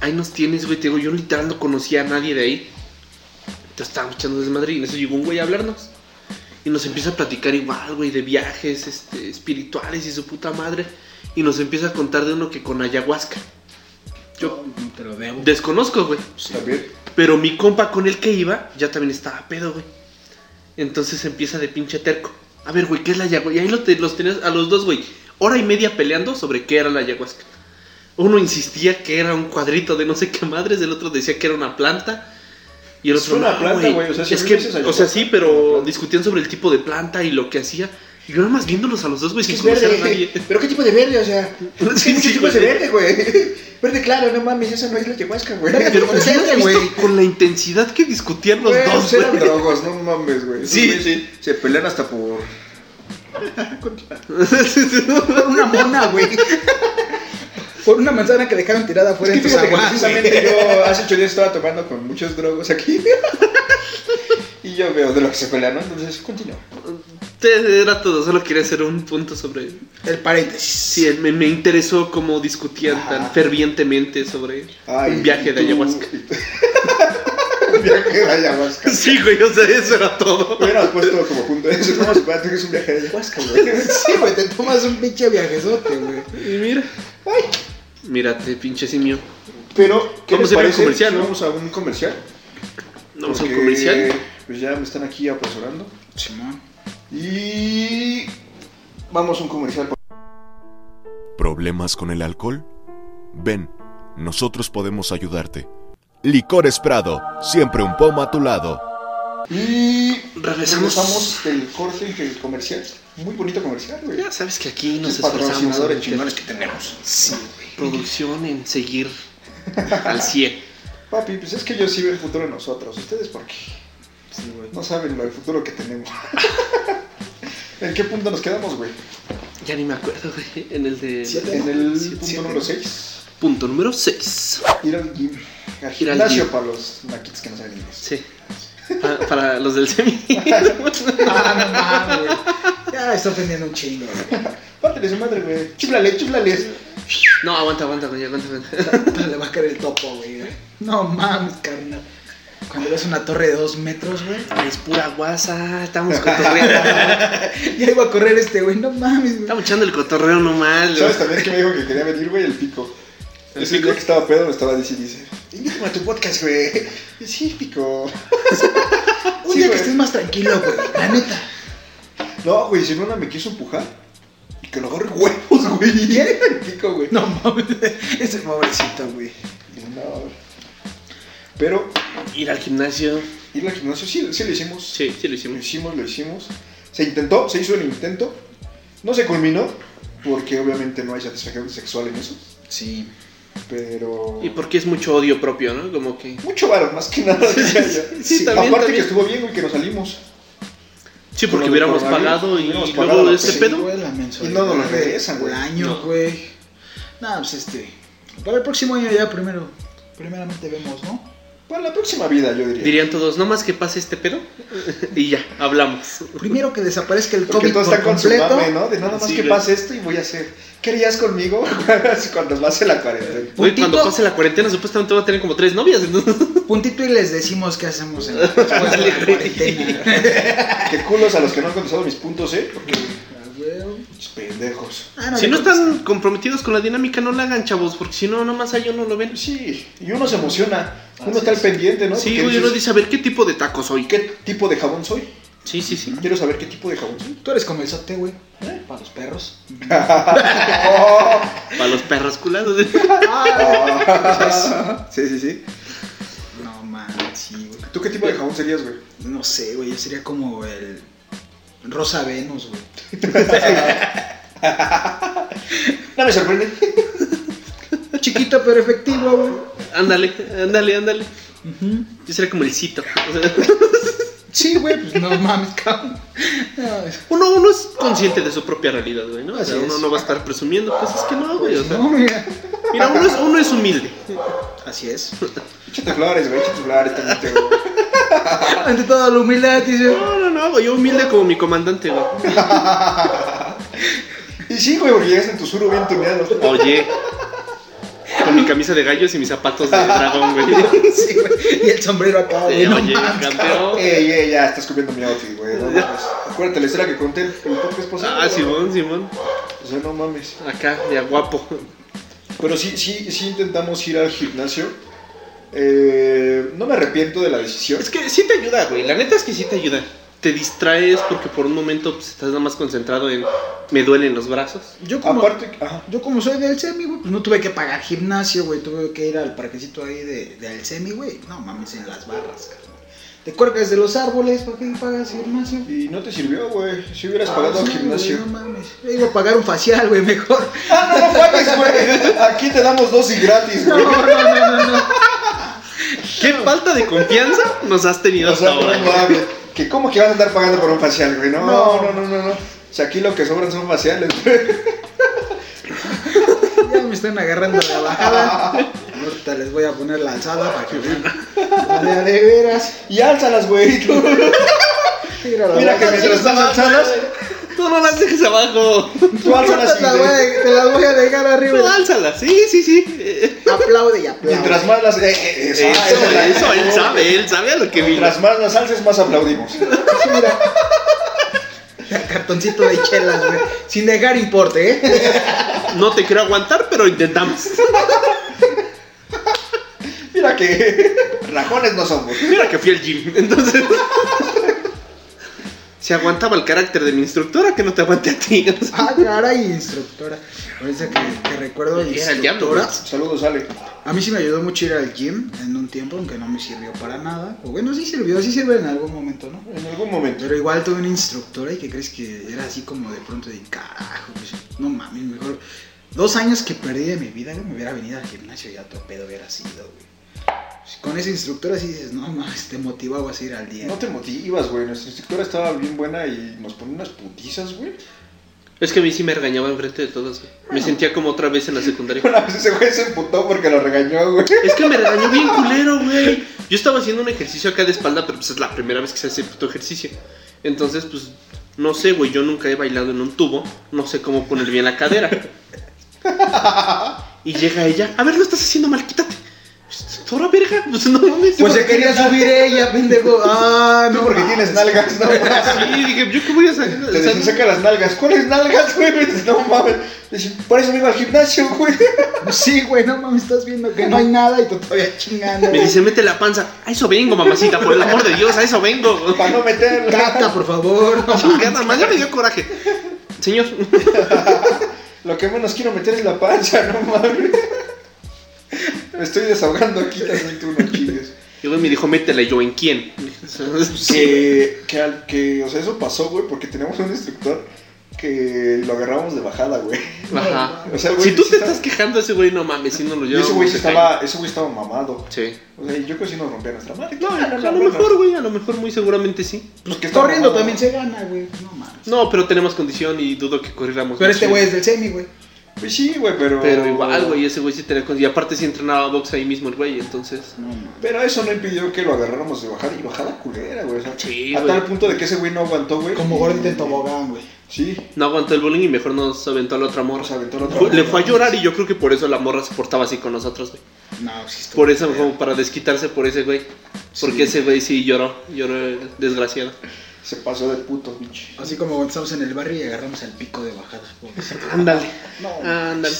A: Ahí nos tienes, güey. Te digo, yo literal no conocía a nadie de ahí. Entonces estábamos echando desmadre y en eso llegó un güey a hablarnos. Y nos empieza a platicar igual, güey, de viajes este, espirituales y su puta madre. Y nos empieza a contar de uno que con ayahuasca. Yo
C: No te lo debo.
A: desconozco, güey.
C: Sí.
B: Pues, También.
A: Pero mi compa con el que iba ya también estaba pedo, güey. Entonces empieza de pinche terco. A ver, güey, ¿qué es la ayahuasca? Y ahí lo te- los tenías a los dos, güey. Hora y media peleando sobre qué era la ayahuasca. Uno insistía que era un cuadrito de no sé qué madres, el otro decía que era una planta. Y el
B: Es
A: otro
B: una
A: "No,
B: planta, güey, o sea, si
A: es
B: me
A: que,
B: dices
A: o sea,
B: ayahuasca,
A: sí,
B: es una
A: pero
B: planta.
A: discutían sobre el tipo de planta y lo que hacía. Y yo nada más viéndolos a los dos, güey, sin conocer a nadie.
E: Pero qué tipo de verde, o sea.
A: Sí,
E: ¿Qué
A: sí,
E: tipo de
A: güey.
E: verde, güey? Verde claro, no mames, esa no es la ayahuasca, güey.
A: Pero
E: O sea,
A: ¿hubieras
E: güey.
A: visto con la intensidad que discutían los
B: Güey,
A: dos,
B: pues
A: güey.
B: eran drogos, no mames, güey. Esos
A: Sí,
B: güeyes
A: sí.
B: Se pelean hasta por.
A: [LAUGHS]
C: Por una mona, güey. Por una manzana que dejaron tirada afuera
B: Es que
C: en tus
B: fíjate que
C: aguas.
B: precisamente yo hace ocho días estaba tomando con muchos drogos aquí. y yo veo de lo que se pelean, ¿no? Entonces, continúa.
A: Te- Era todo, solo quería hacer un punto sobre.
C: El paréntesis.
A: Sí, él me, me interesó cómo discutían tan fervientemente sobre
B: Ay,
A: un viaje de
B: tú-
A: ayahuasca. [LAUGHS]
B: [LAUGHS] un viaje de ayahuasca.
A: Sí, güey, o sea, eso era todo.
B: Hubieras puesto como junto eso. ¿Cómo se puede tener un viaje de ayahuasca, güey?
C: [LAUGHS] Sí, güey, te tomas un pinche viajezote, güey.
A: Y mira. Mírate, pinche simio.
B: Pero, ¿qué
A: Vamos
B: les
A: a ir a un
B: parece
A: comercial,
B: si
A: ¿no?
B: Vamos a un comercial.
A: Vamos a un
B: Porque,
A: comercial.
B: Pues ya me están aquí apresurando.
C: Simón.
B: Y. Vamos a un comercial.
F: ¿Problemas con el alcohol? Ven, nosotros podemos ayudarte. Licores Prado, siempre un pomo a tu lado.
B: Y.
A: Regresamos.
B: Regresamos del corte del comercial. Muy bonito comercial, güey.
A: Ya sabes que aquí nos
B: Qué
A: esforzamos en
B: patrocinadores
A: meter
B: chingones que tenemos.
A: producción en seguir al 100.
B: Papi, pues es que yo sí veo el futuro en nosotros. ¿Ustedes por qué? No saben lo del futuro que tenemos. [LAUGHS] ¿En qué punto nos quedamos, güey?
A: Ya ni me acuerdo, güey. En el de.
C: Siete.
B: En el
A: Siete.
B: punto número 6.
A: Punto número 6.
B: Ir al gym. Al
A: Ir al
B: gimnasio
A: gym.
B: para los maquitos que no saben inglés.
A: Sí. Pa- para los del semi.
C: Ah, no mames, güey. Ya está ofendiendo un chingo, güey.
B: Pártele su madre, güey. Chúplale, chúplale.
A: No, aguanta, aguanta, güey, aguanta, aguanta.
C: Le va a caer el topo, güey. No mames, carnal. Cuando ves una torre de dos metros, güey.
A: Es pura guasa, estamos [LAUGHS] cotorreando.
C: Ya iba a correr este, güey. No mames, güey.
A: estamos echando el cotorreo nomás. güey.
B: ¿Sabes también que me dijo que quería venir, güey? El pico.
A: ¿El
B: Ese
A: pico?
B: día que estaba pedo me estaba diciendo, dice, invítame a tu podcast, güey. Y Sí, pico.
C: Un
B: Sí,
C: día que
B: güey.
C: estés más tranquilo, güey. La neta.
B: No, güey, si no, una me quiso empujar. Y que lo agarre huevos, güey. [LAUGHS] El pico, güey.
C: No mames. Ese pobrecito, güey.
B: Y yo, no, güey. Pero
A: Ir al gimnasio.
B: ir al gimnasio sí, sí lo hicimos.
A: Sí, sí lo
B: Lo
A: hicimos.
B: hicimos, lo hicimos. Se intentó, se hizo el intento. No se culminó, porque obviamente no hay satisfacción sexual en eso.
C: Sí.
B: Pero.
A: Y porque es mucho odio propio, ¿no? Como que.
B: Mucho varo, más que nada. diría yo.
A: [LAUGHS] sí, también,
B: Aparte que
A: también.
B: estuvo bien, güey, que nos salimos.
A: Sí,
B: Con lo
A: porque
B: del
A: hubiéramos
B: coronavirus,
A: pagado y
B: hubiéramos
A: luego
B: pagado,
A: ese
B: sí,
A: pedo.
C: güey, la mensualidad
B: Y no nos lo regresan,
C: del
B: güey.
C: año,
A: No.
C: güey. Nada, pues este. Para el próximo año ya primero. Primeramente vemos, ¿no?
B: Para la próxima vida, yo diría.
A: Dirían todos, no más que pase este pedo. y ya, hablamos.
C: Primero que desaparezca el
B: Porque
C: COVID
B: todo está
C: por
B: con su
C: completo.
B: mame, ¿no? De nada más
A: Sí,
B: que
A: güey.
B: pase esto y voy a hacer. ¿Qué harías conmigo [LAUGHS] cuando pase la cuarentena?
A: Güey,
C: Puntito.
A: cuando pase la cuarentena, supuestamente va a tener como tres novias. Entonces,
C: Puntito y les decimos qué hacemos
B: [LAUGHS]
C: en la, después de la
A: Ándale, güey.
C: cuarentena.
B: Qué culos a los que no han contestado mis puntos, ¿eh? Porque
C: Ah, güey.
B: pinches pendejos.
C: Ah, no
A: [LAUGHS] si
C: me
A: no
C: contestan.
A: están comprometidos con la dinámica, no la hagan, chavos. Porque si no, nomás a ellos no lo ven.
B: Sí, y uno se emociona. Uno está al pendiente, ¿no?
A: Sí,
B: Porque
A: güey, uno
B: dices,
A: dice, a ver qué tipo de taco soy.
B: ¿Qué tipo de jabón soy?
A: Sí, sí, sí.
B: Quiero saber qué tipo de jabón soy.
C: Tú eres como el sote, güey.
A: ¿Eh?
C: Para
A: [LAUGHS]
C: los perros.
A: Para los perros [LAUGHS] culados.
B: Ah. [LAUGHS] sí, sí, sí.
C: No mames, sí, güey.
B: ¿Tú qué tipo de jabón serías, güey?
C: No sé, güey. Yo sería como el. Rosa Venus, güey.
B: No me sorprende.
C: Chiquito pero efectivo, güey.
A: ándale, ándale, ándale.
C: Ujú.
A: Yo sería como el cito. O sea, [LAUGHS]
C: Sí, güey, pues no mames, cabrón. No, es-
A: Uno, uno es consciente de su propia realidad, güey, ¿no? O sea,
C: Así
A: uno
C: es.
A: no va a estar presumiendo cosas que no, güey. O sea,
C: no, mira.
A: mira, uno es, uno es humilde.
C: Así es.
B: Échate flores, güey. Échate flores también, te- güey.
C: Ante toda la humildad, dice.
A: No, no, no, güey, yo humilde como mi comandante, güey.
B: Y sí, güey, porque llegas en tu suro bien tuneado.
A: Oye, con mi camisa de gallos y mis zapatos de dragón,
C: [LAUGHS]
A: güey.
C: [LAUGHS] Sí, güey. Y el sombrero acá, güey.
A: Eh,
C: no
A: oye,
C: mames, cabrón.
A: campeón.
B: Ey, ey, ya estás comiendo mi outfit, güey. No mames. Acuérdate la historia que conté el podcast pasado.
A: Ah,
B: güey.
A: Simón, Simón.
B: O sea, no mames.
A: Acá, ya guapo.
B: Pero sí, sí, sí intentamos ir al gimnasio. Eh, no me arrepiento de la decisión.
A: Es que sí te ayuda, güey. La neta es que sí te ayuda. Te distraes porque por un momento pues, estás nada más concentrado en me duelen los brazos.
C: Yo como,
B: Aparte, ajá.
C: yo como soy del semi, güey, pues no tuve que pagar gimnasio, güey. Tuve que ir al parquecito ahí de, de Alcemi, güey. No mames, en las barras, cabrón. Te cuelgas de los árboles, ¿para qué pagas gimnasio?
B: Y no te sirvió, güey. Si hubieras pagado
C: Ah,
B: al
C: sí,
B: gimnasio.
C: güey, No mames. Yo iba a pagar un facial, güey, mejor. [LAUGHS]
B: Ah, [LAUGHS] no, no pagues, güey. Aquí te damos dos y gratis,
C: No,
B: güey.
C: no, no, no, no.
A: ¿Qué falta de confianza nos has tenido
B: O sea,
A: hasta
B: no
A: ahora?
B: mames. "Ah, Que cómo que vas a andar pagando por un facial, güey. No,
C: No.
B: no, no, no, no. O sea, aquí lo que sobran son faciales, güey.
C: Ya me están agarrando la bajada. Ahorita les voy a poner la alzada para que vean. La de veras.
B: Y álzalas, güey. [LAUGHS] tú.
C: Mira la
B: Mira
C: boca,
B: que mientras estás alzadas,
A: Tú no las dejes abajo.
B: tú álzalas
C: Te la
B: y
C: voy
B: te-
C: a- te las voy a dejar arriba.
A: Tú álzalas. Sí, sí, sí. Eh,
C: Aplaude y aplaude.
B: Mientras más las. eh, eh, esa,
A: Eso,
B: esa,
A: eso, él
B: esa.
A: sabe, él sabe a lo que vino.
B: Mientras más las alces, más aplaudimos. [LAUGHS]
C: Sí, mira. Cartoncito de chelas, güey. Sin dejar importe, ¿eh?
A: No te quiero aguantar, pero intentamos.
B: Mira que. [LAUGHS] Rajones no somos.
A: Mira que fui al gym. Entonces. [LAUGHS] Se aguantaba el carácter de mi instructora que no te aguante a ti.
C: Ah, caray, instructora. Ahorita que, que recuerdo,
A: Era el diablo,
C: instructora.
A: güey.
B: Saludos, Ale.
C: A mí sí me ayudó mucho ir al gym en un tiempo, aunque no me sirvió para nada. O bueno, sí sirvió, sí sirve en algún momento, ¿no?
B: En algún momento.
C: Pero igual tuve una instructora y que crees que era así como de pronto de carajo, pues, no mames, mejor. Dos años que perdí de mi vida, güey, me hubiera venido al gimnasio y a todo pedo hubiera sido, güey. Pues, Con esa instructora sí dices, no mames, te motivabas a ir al día.
B: No te motivas, güey. Nuestra instructora estaba bien buena y nos ponía unas putizas, güey. [LAUGHS]
A: Es que a mí sí me regañaba enfrente de todos. güey. Me sentía como otra vez en la secundaria.
B: Una vez ese güey se emputó porque lo regañó, güey. [LAUGHS]
A: Es que me regañó bien culero, güey. Yo estaba haciendo un ejercicio acá de espalda, pero pues es la primera vez que se hace puto ejercicio. Entonces, pues, no sé, güey, yo nunca he bailado en un tubo, no sé cómo poner bien la cadera. Y llega ella, a ver, lo estás haciendo mal, quítate. Pues, Tora verga, pues no mames.
C: Pues se quería subir ella, [LAUGHS] pendejo. Ah,
B: No,
C: no,
B: porque
C: mames.
B: tienes nalgas, no [LAUGHS]
A: Sí, dije, ¿yo qué voy a sacar?
B: eh, Te dicen, saca las nalgas. ¿Cuáles nalgas, güey? [LAUGHS] No mames. Dicen, por eso me iba al gimnasio, güey. [LAUGHS]
C: Pues Sí, güey, no mames, estás viendo que no hay nada y tú todavía chingando.
A: me dice, mete la panza. A eso vengo, mamacita, por el amor de Dios, a eso vengo.
B: Para no meter
C: Cata, por favor. [LAUGHS] no mames.
A: Chingada, madre, me dio coraje. Señor, [LAUGHS]
B: Lo que menos quiero meter es la pancha, no [LAUGHS] mames. Me estoy desahogando aquí, también tú
A: [LAUGHS]
B: no chingues.
A: y güey me dijo, métela, y yo, ¿en quién?
B: Que, que, al- que, o sea, eso pasó, güey, porque teníamos un instructor que lo agarramos de bajada, güey.
A: Ajá.
B: O sea, güey,
A: Ah, si tú
B: sí
A: te
B: estaba-
A: estás quejando, ese güey no mames, si no lo
B: Y
A: lleva.
B: ese güey
A: se
B: sí estaba, ese güey estaba mamado.
A: Sí.
B: O sea, yo creo que sí nos rompía nuestra madre. [LAUGHS]
A: No,
B: Claro,
A: a
B: no,
A: lo
B: bueno.
A: mejor, güey, a lo mejor muy seguramente sí.
B: Pues que estaba
C: Corriendo
B: mamado.
C: también se gana, güey. No mames.
A: No, pero tenemos condición y dudo que corriéramos.
C: Pero
A: mucho.
C: este güey es del semi, güey.
B: Pues sí, güey, pero.
A: Pero igual, güey, ese güey sí tenía condición. Y aparte sí entrenaba box ahí mismo el güey, entonces.
C: No mames.
B: Pero eso no impidió que lo agarráramos de bajada y bajada culera, güey. O sea,
A: Sí,
B: a
A: güey.
B: tal punto de que ese güey no aguantó, güey.
C: Como gordito en tobogán, güey.
B: Sí,
A: No aguantó el bullying y mejor nos aventó a la otra
B: nos
A: morra.
B: aventó la otra.
A: Fue- Le
B: vez.
A: fue a llorar y yo creo que por eso la morra se portaba así con nosotros, güey.
C: No, sí, estuvo
A: Por eso,
C: culero.
A: como para desquitarse por ese güey. Porque
B: Sí.
A: ese güey sí lloró, lloró eh, desgraciado.
B: Se pasó de puto, pinche.
C: Así como cuando estamos en el barrio y agarramos al pico de bajada. pobrecito.
A: Ándale,
C: No.
A: ándale.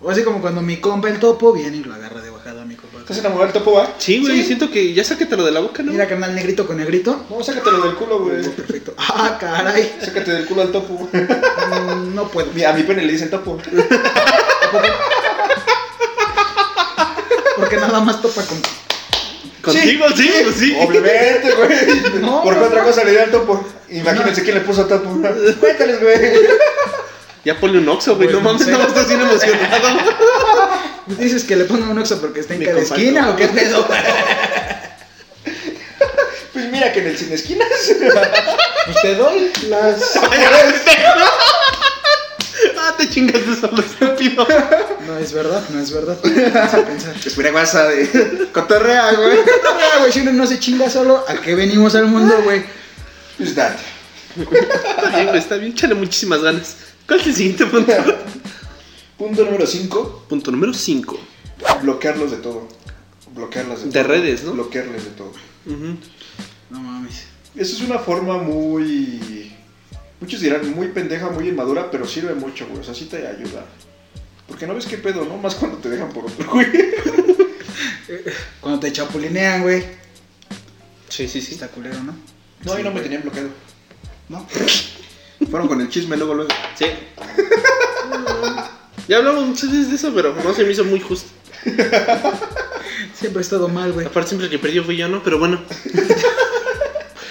C: O así como cuando mi compa el topo viene y lo agarra de bajada a mi compa.
B: ¿Estás enamorado del topo, va?
A: Sí, güey, siento que ya sáquetelo de la boca, ¿no?
C: Mira, carnal, negrito con negrito.
B: No, sácatelo del culo, güey.
A: Pues.
C: Oh, perfecto. Ah, caray.
B: Sácate del culo al topo. [LAUGHS]
C: Mm, No puedo.
B: Mi- A mi pene le dicen topo.
C: Porque nada más topa con.
A: [LAUGHS] Contigo, sí, pues sí.
B: Obviamente, güey.
C: No,
B: ¿Por qué
C: no,
B: otra
C: no.
B: cosa le dieron topo? Imagínense quién le puso topo. Cuéntales, güey.
A: Ya ponle un oxo, güey. No
C: Güey, no
A: mames,
C: sé.
A: no estás bien emocionado.
C: Dices que le pongan un oxo porque está en
A: Mi
C: cada
A: compa el
C: esquina
A: topo.
C: o qué pedo.
B: Pues mira que en el cine esquinas.
C: [LAUGHS] Pues te doy las.
A: ah, te chingaste solo, estúpido.
C: No es verdad, no es verdad. Sin pensar.
B: Espera, guasa de cotorrea, güey.
C: Ah, güey, si uno no se chinga solo, ¿a qué venimos al mundo, güey?
B: Pues date.
A: Está bien, güey, está bien. Échale muchísimas ganas. ¿Cuál es el siguiente punto?
B: Punto número 5.
A: punto número 5.
B: Bloquearlos de todo. Bloquearlas de,
A: De
B: todo.
A: redes, ¿no?
B: Bloquearles de todo.
C: No mames.
B: Eso es una forma muy. Muchos dirán muy pendeja, muy inmadura, pero sirve mucho, güey. O sea, sí te ayuda. porque no ves qué pedo, ¿no? Más cuando te dejan por otro, güey.
C: Cuando te chapulinean, güey.
A: Sí, sí,
C: Sí,
A: sí.
C: está culero, ¿no?
B: No, ahí no me tenían bloqueado.
C: No.
B: Fueron con el chisme luego, luego.
A: Sí. Ya hablamos muchas veces de eso, pero no se me hizo muy justo.
C: Siempre he estado mal, güey.
A: Aparte, siempre que perdió fui yo, ¿no? Pero bueno.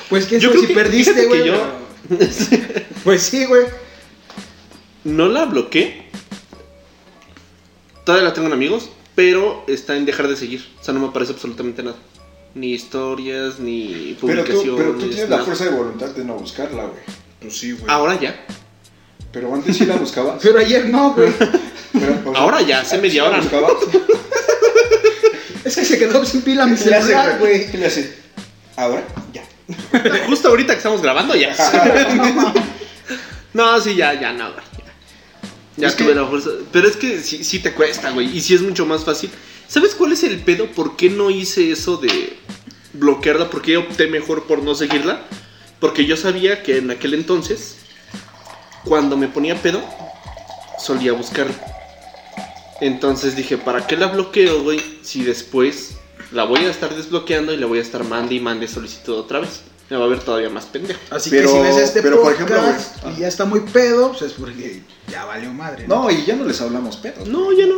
C: Pues que
A: Yo
C: si
A: creo que- fíjate
C: perdiste,
A: que
C: güey.
A: yo-
C: pero- [LAUGHS] Pues sí, güey.
A: No la bloqueé. Todavía la tengo en amigos, pero está en dejar de seguir. O sea, no me aparece absolutamente nada. Ni historias, ni
B: Pero
A: publicaciones.
B: tú, pero tú tienes la
A: nada.
B: fuerza de voluntad de no buscarla, güey.
C: Pues sí, güey.
A: Ahora ya.
B: Pero antes sí la [LAUGHS] buscabas.
C: Pero ayer no, güey.
B: Pero, o sea,
A: Ahora ya, hace
B: antes sí
A: media
B: la
A: hora. ¿no?
B: [LAUGHS] buscabas.
C: Es que se quedó sin
B: [LAUGHS]
C: pila mi
B: ¿Qué le hace,
C: celular, güey.
B: güey? ¿Qué le hace? Ahora, ya.
A: [LAUGHS] Justo ahorita que estamos grabando
B: [LAUGHS]
A: ya. no, sí, ya, ya, no, güey. Ya,
B: Es
A: tuve
B: que-
A: la fuerza. Pero es que sí, sí te cuesta, güey. Y sí es mucho más fácil. ¿Sabes cuál es el pedo? ¿Por qué no hice eso de bloquearla? ¿Por qué opté mejor por no seguirla? Porque yo sabía que en aquel entonces, cuando me ponía pedo, solía buscarla. Entonces dije, ¿para qué la bloqueo, güey? Si después la voy a estar desbloqueando y la voy a estar mande y mande solicitud otra vez. Me va a ver todavía más pendejo.
C: Así
B: Pero-
C: que si ves este
B: pero, por
C: podcast
B: ejemplo, güey, ah.
C: y ya está muy pedo, pues es porque ya valió madre, ¿no?
B: No, y ya no les hablamos pedo.
A: No, ya no.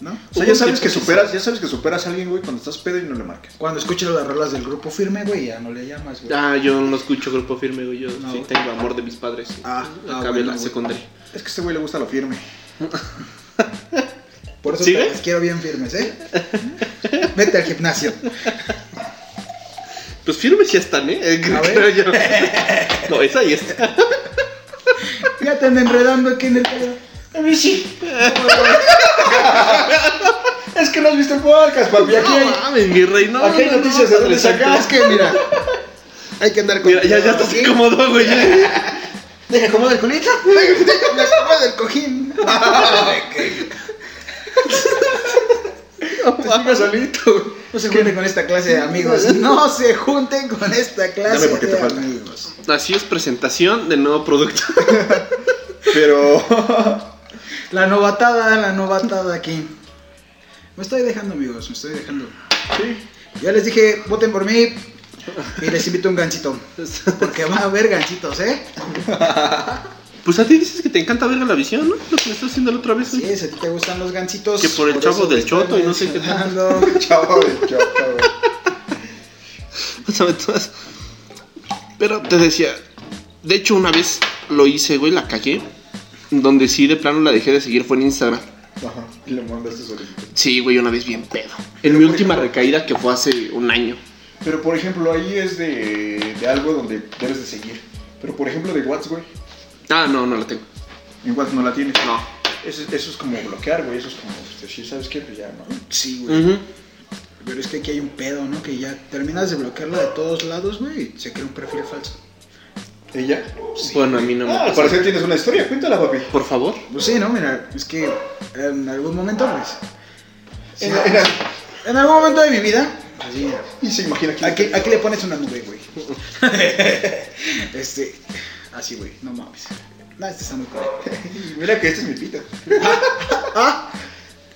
C: ¿No?
B: O sea, ya sabes que superas, ya sabes que superas a alguien, güey, cuando estás pedo y no le marcas.
C: Cuando escuchas las rolas del grupo firme, güey, ya no le llamas, güey.
A: Ah, yo no escucho grupo firme, güey. Yo
C: No.
A: sí tengo amor de mis padres.
C: Ah, ah,
A: Acabé
C: bueno,
A: la
C: güey.
A: secundaria.
B: Es que a este güey le gusta lo firme.
C: [LAUGHS] Por eso
A: ¿Sí,
C: te
A: güey?
C: las quiero bien firmes, ¿eh? Vete al gimnasio.
A: Pues firmes ya están, ¿eh? Eh, [LAUGHS]
C: A
A: creo
C: ver.
A: yo. No, esa ahí está. [LAUGHS]
C: Ya te ando enredando aquí en el pedo.
B: A mí
C: [LAUGHS]
B: sí. es que no has visto el podcast, papi. Aquí hay,
A: No mames, mi rey. No,
B: aquí hay
A: no, no,
B: noticias de
A: padre
B: dónde
A: santo.
B: sacar.
C: Es que mira, hay que andar con.
A: Mira, ya, ya estás
C: ¿Sí?
A: incómodo, güey.
C: Deja acomodo el
B: [LAUGHS]
C: culito. Me acomodo el cojín. [LAUGHS]
B: Siga solito.
C: No se junten con esta clase de
B: [LAUGHS]
C: amigos. No se junten con esta clase
B: Dame porque
C: de
B: te falta.
C: amigos.
A: Así es presentación del nuevo producto.
B: [LAUGHS] [LAUGHS] Pero.
C: La novatada, la novatada aquí. Me estoy dejando, amigos, me estoy dejando. Ya les dije, voten por mí y les invito un ganchito. Porque va a haber ganchitos, ¿eh?
A: Pues a ti dices que te encanta ver la visión, ¿no? Lo que me estás haciendo la otra vez,
C: Así
A: [LAUGHS] güey.
C: es, a ti te gustan los ganchitos.
A: Que por el chavo
C: eso te
A: del
C: estoy
A: choto y no sé qué tal.
C: mencionando.
B: Chavo, güey, chavo, chavo.
A: O sea, entonces- Pero te decía, de hecho una vez lo hice, güey, la cagué. Donde sí de plano la dejé de seguir fue en Instagram.
B: Ajá, Y le mandaste solito.
A: Sí, güey, una vez bien pedo. En mi última recaída que fue hace un año.
B: Pero por ejemplo, ahí es de, de algo donde debes de seguir. Pero por ejemplo, de Watts, güey.
A: Ah, no, no la tengo.
B: En Watts no la tienes.
A: No.
B: Eso, eso es como bloquear, güey. Eso es como decir, ¿sabes qué? Pues ya, ¿no?
C: Sí, güey.
A: Ujú.
C: Pero es que aquí hay un pedo, ¿no? Que ya terminas de bloquearla de todos lados, güey, y se crea un perfil falso.
B: ¿Ella?
A: Bueno, a mí no me
B: Ah, al
A: pasó.
B: parecer tienes una historia. Cuéntala, papi.
A: Por favor.
C: Pues sí, ¿no? Mira, es que en algún momento, pues. sí,
B: En- en-
C: En algún momento de mi vida, pues así, mira,
B: y se imagina que.
C: Aquí, aquí le pones una nube, güey. [LAUGHS] este, así, güey, no mames. No, este está muy cool.
B: [LAUGHS] Mira que esta es mi pita.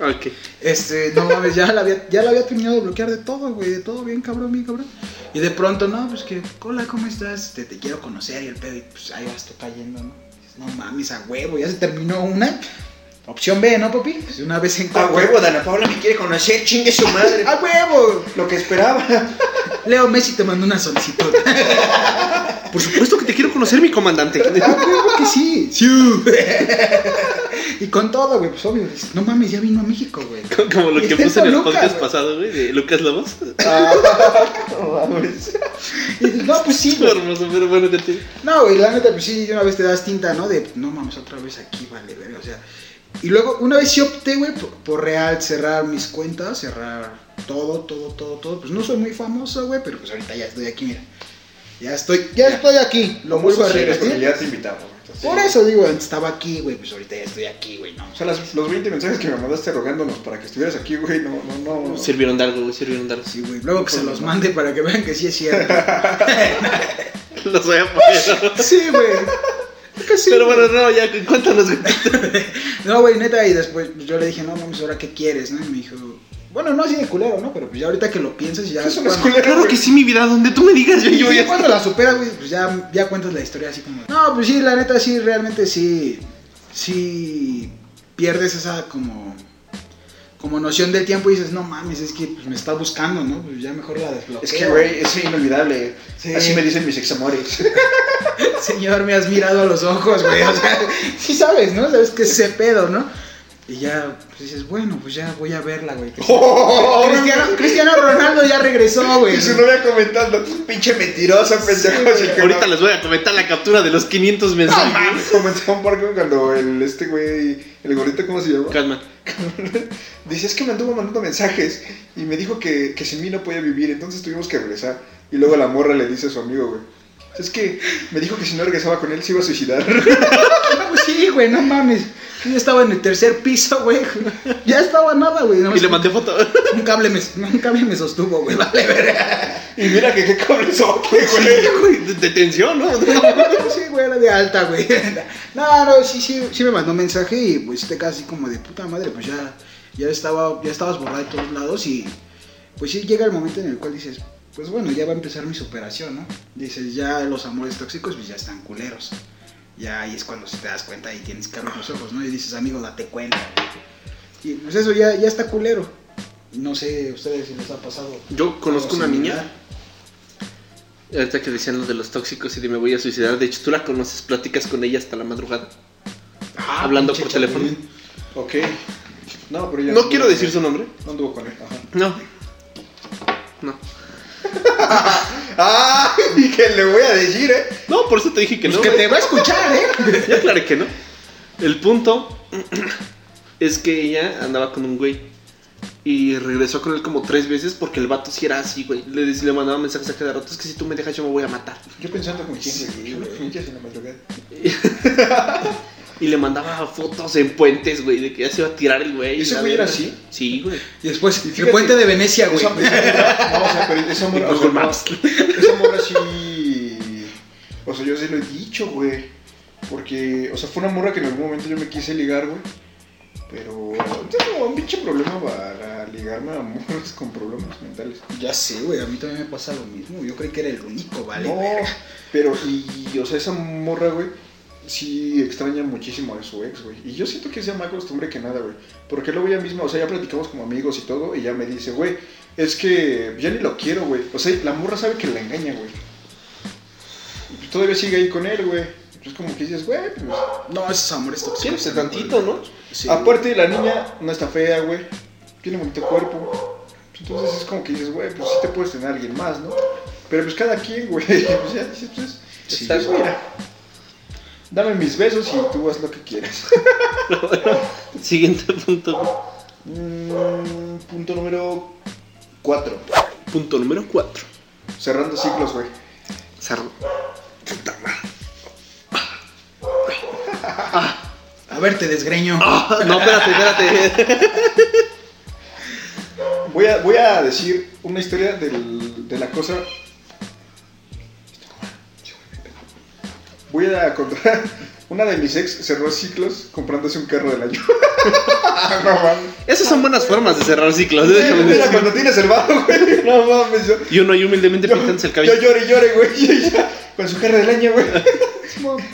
A: Ok.
C: Este, no mames, ya la había, ya la había terminado de bloquear de todo, güey, de todo bien, cabrón, bien, cabrón. Y de pronto, no, pues que, hola, ¿cómo estás? Este, Te, te quiero conocer y el pedo, y pues ahí vas tú cayendo, ¿no? Dices, No mames, a huevo, ya se terminó una. Opción B, ¿no, papi? Pues, una vez en
E: A huevo, Dana Paula me quiere conocer, chingue su madre.
C: [LAUGHS] ¡A huevo!
B: [LAUGHS] Lo que esperaba.
C: Leo Messi te mandó una solicitud.
A: Por supuesto que te quiero conocer, mi [LAUGHS] comandante.
C: Ah, claro que sí. y con todo, güey, pues obvio. dices, No mames, ya vino a México, güey.
A: Como lo que
C: Está en
A: puse en el
C: Toluca,
A: podcast
C: güey.
A: pasado, güey, Ah, de Lucas Lobos.
C: Y dices, no, pues sí, güey.
A: [LAUGHS] Hermoso, pero bueno, te te-
C: No, güey, la neta, pues sí, una vez te das tinta, ¿no? De, no mames, otra vez aquí, vale, verga, o sea. Y luego, una vez sí opté, güey, por, por real cerrar mis cuentas, cerrar todo, todo, todo, todo. Pues no soy muy famoso, güey, pero pues ahorita ya estoy aquí, mira. Ya estoy, ya, estoy aquí. Lo vuelvo a
B: Sí, eres porque
C: repetir.
B: ya te invitamos. entonces.
C: Por eso digo, antes estaba aquí, güey, pues ahorita ya estoy aquí, güey, no.
B: O sea, las- los 20 mensajes que me mandaste rogándonos para que estuvieras aquí, güey, no, no, no.
A: Sirvieron de algo, güey, sirvieron de algo.
C: Sí, güey, luego que se los mande para que vean que sí es cierto.
A: [LAUGHS] Los voy a poner.
C: Sí, güey. que sí.
A: Pero
C: güey.
A: bueno, no, ya cu- cuéntanos. güey.
C: No, güey, neta, y después pues, yo le dije, no mames, ¿ahora qué quieres? ¿no? Y me dijo, bueno, no así de culero, ¿no? Pero pues ya ahorita que lo piensas, ya.
B: Eso no es
C: cuando-
B: culero,
A: Claro
B: güey.
A: que sí, mi vida, donde tú me digas, yo,
C: Y
A: yo voy
C: ya
A: a...
C: cuando la superas, güey, pues ya, ya cuentas la historia así como. No, pues sí, la neta, sí, realmente sí. Sí. Pierdes esa como. Como noción del tiempo y dices, no mames, es que pues, me está buscando, ¿no? Pues ya mejor la desbloqueo.
E: Es que, güey, es inolvidable.
C: Sí.
E: Así me dicen mis
B: [LAUGHS]
E: examores.
C: Señor, me has mirado a los ojos, güey. O sea, sí sabes, ¿no? Sabes que es ese pedo, ¿no? Y ya pues, dices, bueno, pues ya voy a verla, güey.
B: Oh,
C: Cristiano, Cristiano Ronaldo ya regresó, güey.
E: Y su novia comentando, pinche mentirosa, pendejo. así que
A: Ahorita
E: no.
A: les voy a comentar la captura de los 500
B: Ah,
A: mensajes.
B: Comenzó un parque cuando el este güey, el gorrito, ¿cómo se llama?
A: Calma.
B: Dice, es que me anduvo mandando mensajes y me dijo que, que sin mí no podía vivir, entonces tuvimos que regresar. Y luego la morra le dice a su amigo, güey. Es que me dijo que si no regresaba con él se iba a suicidar. [LAUGHS]
C: No, pues sí, güey, no mames. Yo ya estaba en el tercer piso, güey. Ya estaba nada, güey.
A: Y le mandé [LAUGHS] foto.
C: Un cable me, un cable me sostuvo, güey. Vale, verga.
B: y mira que qué cabrezote, güey.
A: [LAUGHS] Güey, de- Detención, ¿no?
C: Sí, güey, era de alta, güey. [LAUGHS] No, no, sí, sí, sí me mandó mensaje y pues te casi como de puta madre, pues ya, ya estaba, ya estabas borrado de todos lados y pues sí llega el momento en el cual dices, pues bueno, ya va a empezar mi superación, ¿no? Dices, ya los amores tóxicos pues ya están culeros. Ya ahí es cuando te das cuenta y tienes que abrir los ojos, ¿no? Y dices, amigo, date cuenta. Y pues eso ya, ya está culero. No sé ustedes si les ha pasado.
A: Yo conozco
C: algo
A: una niña.
C: similar.
A: Ahorita que decían lo de los tóxicos y de me voy a suicidar. De hecho, tú la conoces, platicas con ella hasta la madrugada.
C: Ah,
A: hablando por
C: pinche
A: teléfono.
C: Chapulín.
B: Ok. No, pero ya
A: No quiero decir su nombre.
B: No anduvo con él. Ajá.
A: No. No.
B: ¡Ah! [LAUGHS] Y que le voy a decir, ¿eh?
A: No, por eso te dije que
C: Pues
A: no.
C: que
A: güey.
C: te va a escuchar, ¿eh?
A: Ya aclaré que no. El punto es que ella andaba con un güey y regresó con él como tres veces porque el vato sí era así, güey. Le, dec- le mandaba mensajes a cada rato, es que si tú me dejas yo me voy a matar.
B: Yo pensando con quién
C: Sí,
B: sí,
C: güey.
B: en la madrugada.
A: Y le mandaba fotos en puentes, güey, de que ya se iba a tirar el güey.
B: ¿Ese
A: y la
B: güey era
A: verga.
B: así?
A: Sí, güey.
C: Y después, el
B: fíjate-
C: puente de Venecia, güey.
B: Esa, esa,
C: [LAUGHS]
B: morra- [LAUGHS] no, o sea, pero esa morra, o sea,
A: Google
B: no,
A: Maps.
B: esa morra sí. O sea, yo se lo he dicho, güey. Porque, o sea, fue una morra que en algún momento yo me quise ligar, güey. Pero tengo un pinche problema para ligarme a morras con problemas mentales.
C: Ya sé, güey, a mí también me pasa lo mismo. Yo creí que era el único, ¿vale?
B: No, pero, y, o sea, esa morra, güey, sí extraña muchísimo a su ex, güey. Y yo siento que es ya más costumbre que nada, güey. Porque luego ella misma, o sea, ya platicamos como amigos y todo, y ya me dice, güey, es que ya ni lo quiero, güey. O sea, la morra sabe que la engaña, güey. Y pues todavía sigue ahí con él, güey. Entonces como que dices, güey, pues...
C: No, esos amores tóxicos.
A: Quédense
C: están
A: tantito,
C: culero.
A: ¿no?
C: Sí.
B: Aparte, la niña no está fea, güey. Tiene bonito cuerpo. Entonces es como que dices, güey, pues sí te puedes tener a alguien más, ¿no? Pero pues cada quien, güey. [LAUGHS] Pues ya dices, pues...
A: Sí,
B: pues,
A: güey.
B: mira. Dame mis besos y tú haz lo que quieras.
A: [LAUGHS] Siguiente punto.
B: Mm, punto número 4.
A: Punto número 4.
B: Cerrando ciclos, güey.
A: Cerro.
C: A ver, te desgreño.
A: Ah, [LAUGHS] no, espérate, espérate.
B: Voy a, voy a decir una historia del- de la cosa. Voy a contar. [LAUGHS] Una de mis ex cerró ciclos comprándose un carro del año. no mames.
A: Esas son buenas formas de cerrar ciclos. ¿eh?
B: Sí,
A: déjame
B: mira,
A: decir.
B: cuando tienes el barro, güey. No mames. Yo,
A: Y uno ahí humildemente
B: yo,
A: pintándose el
B: yo
A: cabello.
B: lloré y lloré, güey. y ella Con su carro del año, güey.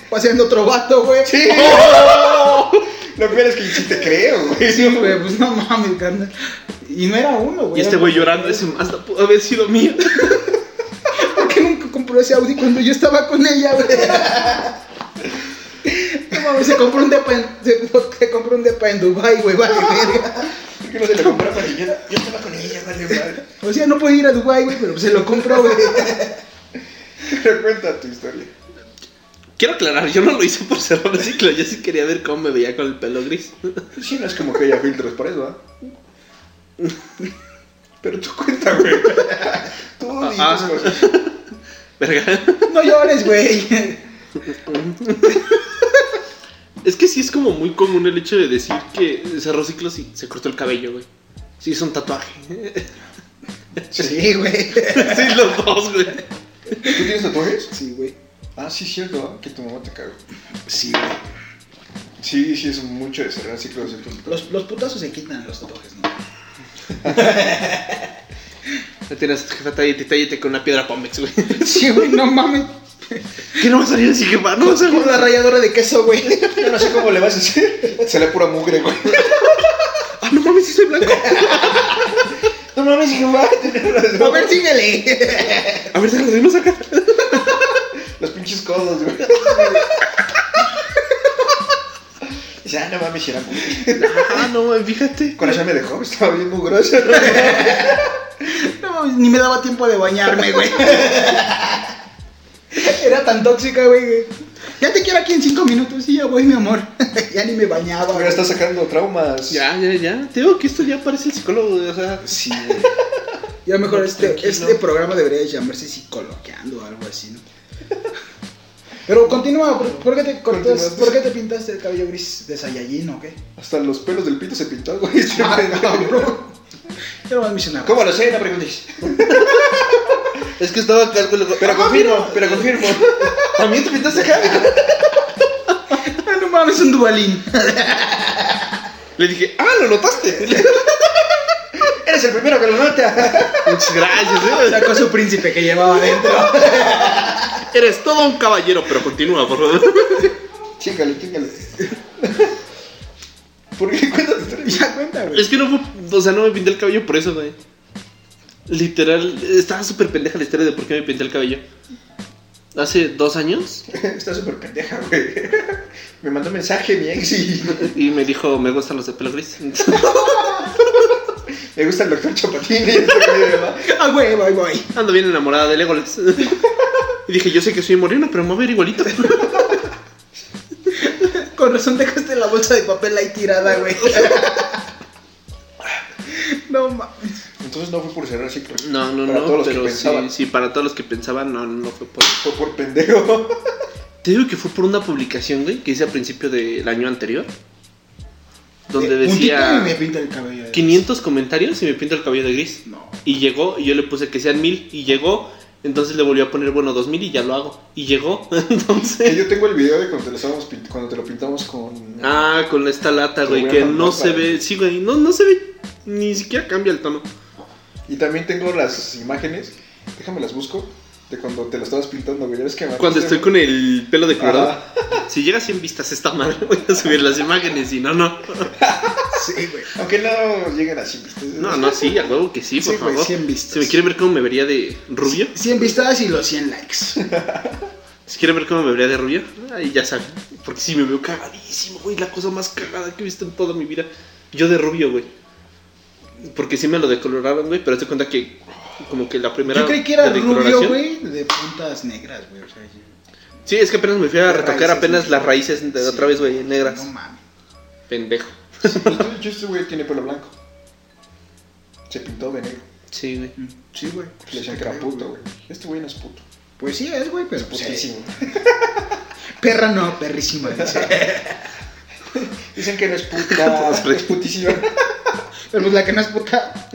C: Paseando otro vato, güey.
B: Sí. Lo peor es que sí te creo, güey.
C: Sí, güey, pues no mames, carnal. Y no era uno, güey.
A: Y este
C: era
A: güey
C: como- [LAUGHS]
A: llorando, ese hasta pudo haber sido mío.
C: ¿Por qué nunca compró ese Audi cuando yo estaba con ella, güey? [LAUGHS] No mames, se compró un depa en, se, se compró un depa en Dubai, güey, [LAUGHS] vale, verga.
B: ¿Por qué no se lo compró para niña?
E: Yo estaba con ella, vale,
B: [LAUGHS]
E: madre.
C: O sea, no puede ir a Dubai, güey, pero se lo compró, güey. [LAUGHS]
B: Pero cuenta tu historia.
A: Quiero aclarar, yo no lo hice por cerrar el ciclo, yo sí quería ver cómo me veía con el pelo gris. [LAUGHS]
B: Pues Sí, no es como que haya filtros para eso, ¿ah? [LAUGHS] Pero tú cuenta, güey. Tú di
A: Ah.
B: tus cosas.
A: Verga.
C: No llores, güey.
A: Es que sí es como muy común el hecho de decir que cerró ciclos y se cortó el cabello, güey. Sí, es un tatuaje.
C: Sí,
A: [LAUGHS]
C: güey. [LAUGHS]
A: Sí, los dos, güey.
B: ¿Tú tienes tatuajes?
C: Sí, güey.
B: Ah, sí, cierto, ¿ah? que tu mamá te cagó.
C: Sí, güey.
B: Sí, sí, es mucho de cerrar ciclos de tus-
C: Los, los putazos se quitan los tatuajes, ¿no?
A: Ya tienes a tu jefa, tállate, tállate con una piedra Pómex, güey.
C: [LAUGHS] Sí, güey, no mames.
A: [LAUGHS] Que no va a salir así, jefa, no va a salir.
E: Una ralladora de queso,
C: [LAUGHS]
E: güey. Yo no sé cómo le vas a hacer.
B: Sale pura mugre, güey.
A: Ah, no mames, sí soy blanco.
E: No mames, hijo, va a tener unas-
C: A ver, síguele.
A: A ver, déjalo, no saca.
B: Los pinches codos, güey.
E: Dice, ah, no mames, si era muy-
A: Ah, no, mames, fíjate.
B: Con ella me dejó, estaba bien mugrosa, ¿no?
C: No mames, ni me daba tiempo de bañarme, [LAUGHS] güey.
E: Era tan tóxica, güey. que-
C: Ya te quiero aquí en cinco minutos. Sí, ya voy, mi amor. [LAUGHS] Ya ni me bañaba.
B: Mira,
C: güey.
B: está sacando traumas.
A: Ya, ya, ya. Te digo que esto ya parece el psicólogo, o sea.
C: Sí, güey. Ya mejor este,
A: Tranquilo.
C: este programa debería llamarse psicoloqueando o algo así, ¿no? [LAUGHS] Pero continúa, ¿por, por qué te cortas,
B: Continuaste.
C: por qué te pintaste el cabello gris de Saiyajin o qué?
B: Hasta los pelos del pito se pintó,
E: [LAUGHS]
B: güey. Este [LAUGHS] pendejo.
C: Yo nomás me hice una
E: Ah, ¿Cómo lo sé? No preguntes.
A: Es que estaba acá, güey,
E: Pero
A: ah,
E: confirmo,
A: mira.
E: pero confirmo.
A: [LAUGHS] También te pintaste acá.
C: Ah, [LAUGHS] no mames, un dubalín.
A: Le dije, ah, lo notaste.
E: [LAUGHS] Eres el primero que lo nota.
A: Muchas gracias, ¿eh?
C: Sacó su príncipe que llevaba adentro.
A: Eres todo un caballero, pero continúa, por favor.
B: Chíngale, chíngale. [LAUGHS] ¿Por qué cuéntate tu historia?
C: Ya cuenta, güey.
A: Es que no fue, o sea, no me pinté el cabello por eso, güey. Literal, estaba súper pendeja la historia de por qué me pinté el cabello. Hace dos años
B: [LAUGHS] Está súper pendeja, güey.
E: Me mandó un mensaje mi ex
B: [LAUGHS]
E: y
A: y me dijo, me gustan los de pelo gris. [LAUGHS]
B: Me gusta el doctor Chapatín [LAUGHS] y esto que me llama.
C: [LAUGHS] Ah, güey, voy, voy.
A: Ando bien enamorada de Legolas. Y dije, yo sé que soy moreno, pero me voy a ver igualito.
C: Con razón dejaste la bolsa de papel ahí tirada, güey. No mames.
B: Entonces no fue por cerrar ciclos.
A: No, no,
B: Para
A: no,
B: todos los
A: pero
B: que
A: sí,
B: pensaban.
A: sí, para todos los que pensaban, no, no fue por
B: Fue por pendejo. [LAUGHS]
A: Te digo que fue por una publicación, güey, que hice a principio del año anterior. Donde
C: Eh, puntito
A: decía
C: y me pinta el cabello. ¿eh? de-
A: 500 comentarios y me pinto el cabello de gris.
C: No.
A: Y llegó, y yo le puse que sean 1000 y llegó. Entonces le volví a poner, bueno, 2000 y ya lo hago. Y llegó, [LAUGHS]
B: Que
A: entonces...
B: yo tengo el video de cuando te lo, estábamos pin- cuando te lo pintamos con.
A: Ah, con esta lata,
B: Pero
A: güey,
B: voy a
A: que
B: mandar
A: no se
B: para-
A: ve... Sí, güey, no, no se ve... Ni siquiera cambia el tono.
B: Y también tengo las imágenes. Déjame las busco. De cuando te lo estabas pintando, güey. Ya ves que me
A: Cuando estoy con el pelo de colorado.
B: Ajá.
A: Si llega a 100 vistas esta madre, [LAUGHS] voy a subir las imágenes y no, no.
C: Sí, güey.
B: Aunque no lleguen así, este, ¿viste?
A: No, no, sí, a huevo que sí, por
C: Sí, güey,
A: favor.
C: 100 vistas.
A: Si me quiere ver cómo me vería de rubio.
C: 100 vistas y los 100 likes.
A: Si quieren ver cómo me vería de rubio, ahí ya saben. Porque si me veo cagadísimo, güey. La cosa más cagada que he visto en toda mi vida. Yo de rubio, güey. Porque sí me lo decoloraron, güey. Pero te cuenta que, como que la primera.
C: Yo creí que era
A: decoloración-
C: rubio, güey, de puntas negras, güey. O sea, yo-
A: Sí, es que apenas me fui a
C: Las
A: retocar
C: raíces
A: apenas
C: negras.
A: las raíces de otra vez, güey, negras.
C: No mames.
A: Pendejo.
B: Entonces, yo este güey tiene pelo blanco. Se pintó de negro.
A: Sí, güey.
C: Mm, Sí, güey.
B: Le decían que era puto, güey. Este güey no es puto.
C: Pues sí es, güey, pero pues,
B: Putísimo. [LAUGHS]
C: eh, perra no, perrísima. dice.
B: Dicen que no
A: [LAUGHS]
B: es puta. es putísima.
C: pero pues la que no es puta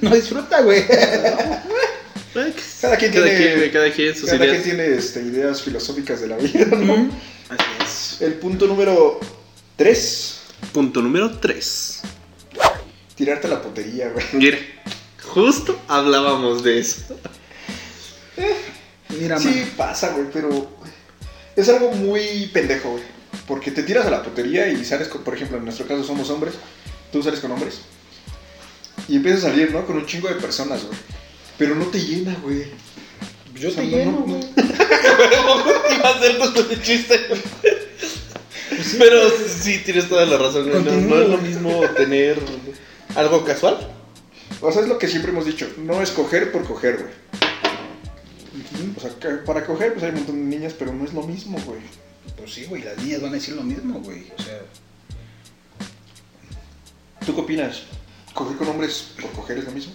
C: no disfruta, güey.
A: Ay, que-
B: Cada quien tiene-
A: güey, cada quien sus
B: Cada
A: ideas.
B: quien tiene este, ideas filosóficas de la vida, ¿no?
C: Mm, Así es.
B: El punto número 3.
A: Punto número 3.
B: Tirarte a la potería, güey.
A: Mira, justo hablábamos de eso.
C: Mira,
B: Sí,
C: mano,
B: pasa, güey, pero es algo muy pendejo, güey. Porque te tiras a la putería y sales, con, por ejemplo, en nuestro caso somos hombres, tú sales con hombres. Y empiezas a salir, ¿no? Con un chingo de personas, güey. Pero no te llena, güey.
C: yo
B: O sea,
C: te
B: no,
C: lleno,
B: no,
C: güey.
A: [LAUGHS] Iba a ser justo el chiste. Pero sí, tienes toda la razón. güey. No,
C: Continúa,
A: no es lo
C: güey.
A: mismo tener algo casual.
B: O sea, es lo que siempre hemos dicho, no es coger por coger, güey. O sea, que para coger, pues hay un montón de niñas, pero no es lo mismo, güey.
C: Pues sí, güey, las niñas van a decir lo mismo, güey. O sea,
B: ¿Tú qué opinas? ¿Coger con hombres por coger es lo mismo?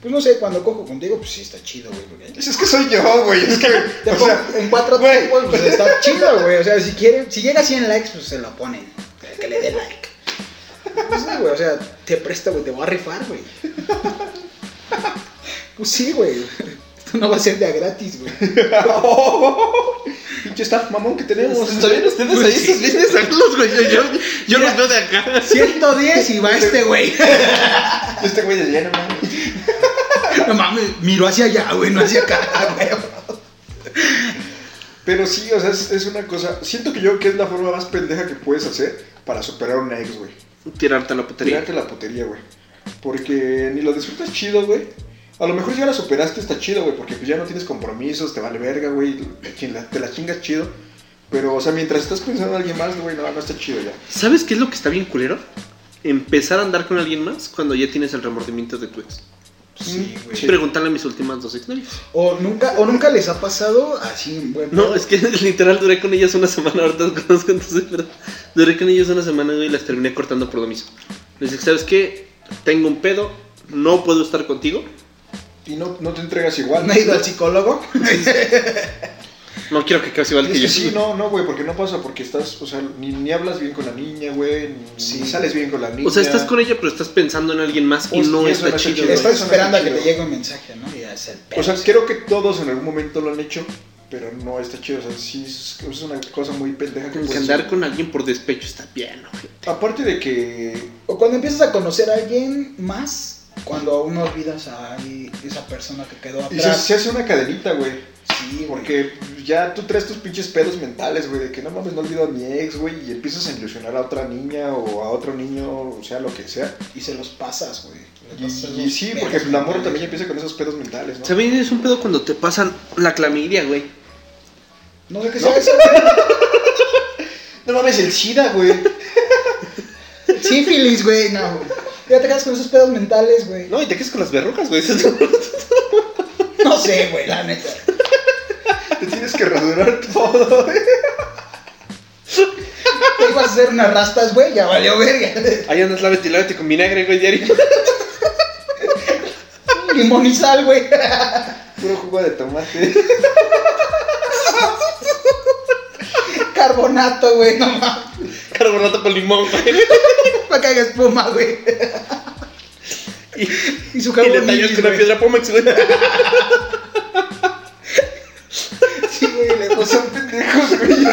C: pues no sé, cuando cojo contigo, pues sí está chido, güey. porque-
B: Es que soy yo, güey. Es que, [LAUGHS]
C: Te [LAUGHS]
B: o
C: pongo
B: sea,
C: en cuatro
B: güey.
C: tiempos, pues está chido, güey. O sea, si quiere, si llega a 100 likes, pues se lo ponen. Que le dé like. Pues sí, güey, o sea, te presto, güey, te voy a rifar, güey. Pues sí, güey. Esto no va a ser de a gratis, güey.
B: [LAUGHS]
E: Pinche staff mamón que
A: [LAUGHS]
B: Pues,
E: tenemos.
A: ¿Sabían ustedes ahí esos business anglos, güey? Yo, yo, yo los veo de acá.
C: 110 y va este güey.
E: Este güey de no mames.
C: No mames, miró hacia allá, güey, no hacia acá, güey.
B: Pero sí, o sea, es, es una cosa. Siento que yo que es la forma más pendeja que puedes hacer para superar una ex, güey.
A: Tirarte a la putería.
B: Tirarte a la putería, güey. Porque ni lo disfrutas chido, güey. A lo mejor ya la superaste, está chido, güey, porque pues ya no tienes compromisos, te vale verga, güey, te, chin- te la chingas chido. Pero, o sea, mientras estás pensando en alguien más, güey, no, no está chido ya.
A: ¿Sabes qué es lo que está bien culero? Empezar a andar con alguien más cuando ya tienes el remordimiento de tu ex.
C: Pues Sí, güey.
A: Preguntarle a mis últimas dos exnovias.
C: O nunca, o nunca les ha pasado así, güey.
A: No, es que [LAUGHS] literal duré con ellas una semana, ahorita las conozco, entonces, pero duré con ellas una semana güey, y las terminé cortando por lo mismo. Les dije, ¿sabes qué? Tengo un pedo, no puedo estar contigo,
B: Y no, no te entregas igual.
C: ¿No ha ido al psicólogo?
A: no quiero que acabes igual
B: Es
A: que
B: que
A: yo.
B: sí, no, no, güey, porque no pasa, porque estás, o sea, ni, ni hablas bien con la niña, güey, ni, ni sales bien con la niña.
A: O sea, estás con ella, pero estás pensando en alguien más y
B: Hostia,
A: no
B: eso
A: está
B: no está
A: chido.
B: chido.
A: güey.
C: Estás esperando a que
B: chido.
C: te llegue un mensaje, ¿no? Y es el
B: O
C: pedo.
B: sea, creo que todos en algún momento lo han hecho, pero no está chido, o sea, sí es, es una cosa muy pendeja que
A: Como que
B: puedes
A: andar
B: hacer.
A: con alguien por despecho está bien, güey.
B: Aparte de que
C: O cuando empiezas a conocer a alguien más, cuando aún no olvidas a esa persona que quedó
B: y se,
C: atrás.
B: se hace una cadenita, güey.
C: sí, güey.
B: Porque ya tú traes tus pinches pedos mentales, güey, de que no mames, no olvido a mi ex, güey, y empiezas a ilusionar a otra niña o a otro niño, o sea, lo que sea.
C: Y se los pasas, güey. pues, Le
B: Y,
C: pasas
B: y
C: los
B: sí,
C: pedos,
B: porque el amor
C: güey.
B: también ya empieza con esos pedos mentales, ¿no?
A: ¿Saben? Es un pedo cuando te pasan la clamidia, güey.
C: No sé qué sea eso.
B: No mames, el SIDA, güey.
C: Sífilis, güey, no. güey. Ya te quedas con esos pedos mentales, güey.
A: No, y te quedas con las verrugas, güey. [LAUGHS]
C: No sé, güey, la neta.
B: Te tienes que rasurar todo, güey.
C: Te ibas a hacer unas rastas, güey, ya valió verga.
A: Ahí andas, lávate y lávate con vinagre, güey, diario. [LAUGHS]
C: Limón y sal, güey. [LAUGHS]
B: Puro jugo de tomate. [LAUGHS]
C: Carbonato, güey, no mames.
A: Carbonato con limón, güey.
C: [LAUGHS] Para que haga espuma, güey.
A: Y,
C: Y su
A: y le tallas
C: carbonilis,
A: con una
C: güey.
A: piedra pómex, güey.
C: Sí, güey, le
B: No
C: puso-
B: son pendejos, güey.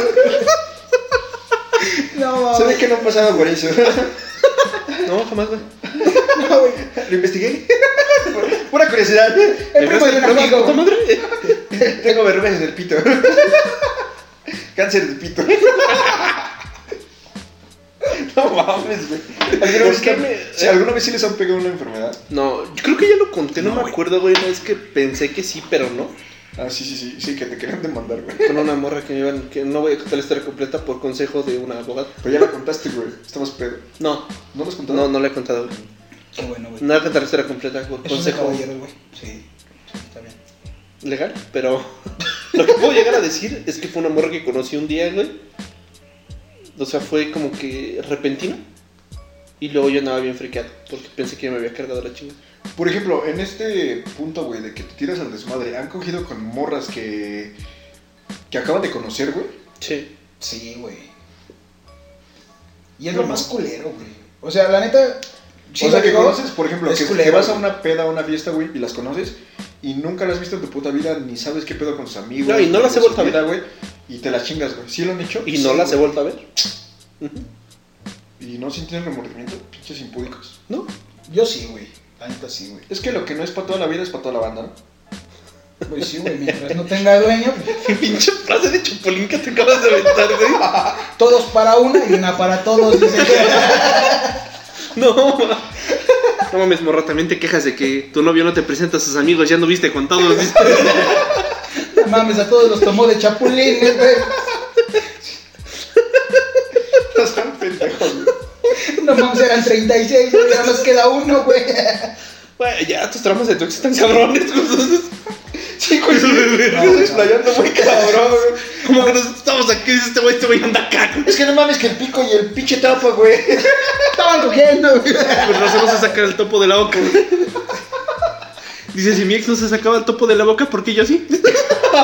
C: No, mames.
B: ¿Sabes que no pasaba por eso?
A: No, jamás, güey.
C: No, güey.
B: [LAUGHS] Lo investigué. [LAUGHS] Pura curiosidad.
C: El primo de un amigo.
A: ¿Puta
C: güey.
A: madre?
B: Tengo verrugas en el pito. [LAUGHS] Cáncer de pito. [LAUGHS] No mames, güey. ¿Alguna,
A: ¿Por
B: vez
A: qué
B: te-
A: me-
B: si ¿Alguna vez sí les han pegado una enfermedad?
A: No, yo creo que ya lo conté, no, me acuerdo, güey. No, es que pensé que sí, pero no.
B: Ah, sí, sí, sí. Sí, que te querían demandar, güey.
A: Con una morra que me iban. Que no voy a contar la historia completa por consejo de una abogada.
B: Pero ya la contaste, güey. Estamos pedo.
A: No,
B: ¿No los contaron?
A: no, no la he contado, güey.
C: Qué bueno, güey.
A: No voy a contar la historia completa por
C: Eso es de
A: consejo
C: caballeros, güey. Sí. sí, está bien.
A: legal, pero. [LAUGHS] lo que puedo llegar a decir es que fue una morra que conocí un día, güey. O sea, fue como que repentino. Y luego yo andaba bien friqueado porque pensé que me había cargado la chingada.
B: Por ejemplo, en este punto, güey, de que te tiras al desmadre, ¿han cogido con morras que. que acaban de conocer, güey?
A: Sí.
C: Sí, güey. Y es lo más culero, güey. O sea, la neta. sí
B: o sea,
C: lo
B: que
C: digo,
B: conoces, por ejemplo,
C: es
B: que,
C: culero,
B: que vas a
C: güey.
B: una peda, a una fiesta, güey, y las conoces, y nunca las has visto en tu puta vida, ni sabes qué pedo con tus amigos.
A: No, y no
B: con
A: las he
B: su
A: vuelto a ver.
B: vida, güey. Y te las chingas, güey. ¿Sí lo han hecho?
A: Y no
B: Sí,
A: las he
B: güey.
A: vuelto a ver.
B: Y no sintieron remordimiento, pinches impúdicos.
A: No.
C: Yo sí, güey. La neta sí, güey.
B: Es que lo que no es para toda la vida es para toda la banda, ¿no?
C: Pues sí, güey. Mientras no tenga dueño,
A: Qué pinche frase de chapulín que te acabas de aventar, güey.
C: todos para una y una para todos. Dice [LAUGHS]
A: No. ma- No mames, morra, también te quejas de que tu novio no te presenta a sus amigos, ya no viste con todos. ¿viste?
C: No Mames, a todos los tomó de chapulines, güey.
B: Están pendejos, güey.
C: No mames, eran 36, güey. Ya nos queda uno, güey.
A: Güey, ya tus tramas de tu ex están cabrones, güey.
B: Sí, güey.
C: No,
B: Estás
C: no.
B: desplayando muy cabrón, güey.
A: Como que nosotros estamos aquí, dice este güey, este güey anda acá. güey.
B: Es que no mames que el pico y el pinche tapa, güey.
C: Estaban cogiendo, güey.
A: Pues nos vamos a sacar el topo de la boca. Dice, si mi ex no se sacaba el topo de la boca, ¿por qué yo sí?
C: Ya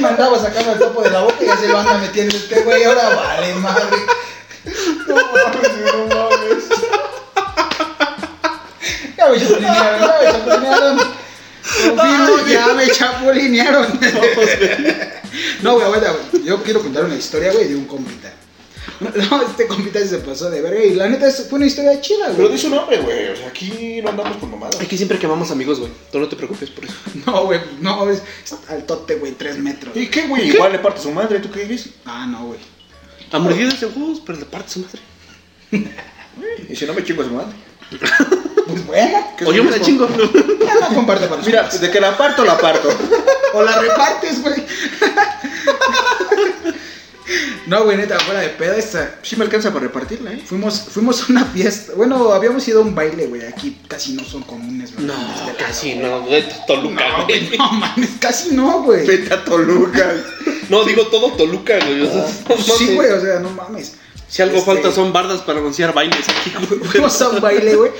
C: mandaba sacando el topo de la boca y ya se lo anda metiendo este, güey. Ahora vale, madre.
B: No mames, güey, no mames.
C: Ya me chapulinearon, ya me chapulinearon. Confirmo,
A: Ay,
C: ya me chapulinearon. [LAUGHS] No, güey, aguanta, güey. Yo quiero contar una historia, güey, de un compita. No, no, este compita se pasó de verga y la neta es- fue una historia chida,
B: Pero
C: güey.
B: dice un hombre, güey. O sea, aquí no andamos con mamadas.
A: Aquí siempre quemamos amigos, güey. Tú no te preocupes por eso.
C: [LAUGHS] No, güey, pues, no, es altote, güey, tres metros.
B: ¿Y qué, güey? Igual le parte su madre, ¿tú qué dices?
C: Ah, no, güey.
A: A mordidas en juegos, pero de parte su madre.
B: Y si no me chingo a su madre.
C: Pues bueno,
A: O yo me la chingo.
C: ya la comparto para
B: Mira, de que la parto, la [LAUGHS] parto.
C: O la repartes, güey. [LAUGHS] No, güey, neta, fuera de pedo esta.
B: Sí me alcanza para repartirla, ¿eh?
C: Fuimos, fuimos a una fiesta. Bueno, habíamos ido a un baile, güey. Aquí casi no son comunes, güey.
A: No, casi no, güey. Toluca,
C: No,
A: güey.
C: güey, [LAUGHS] no mames, casi no, güey.
B: Vete a Toluca. Ah,
A: No, digo todo Toluca, güey. O sea, no
C: Sí,
A: mames.
C: güey, o sea, no mames.
A: Si algo
C: Este-
A: falta son bardas para anunciar bailes aquí,
C: [LAUGHS]
A: güey.
C: Fuimos a un baile, güey.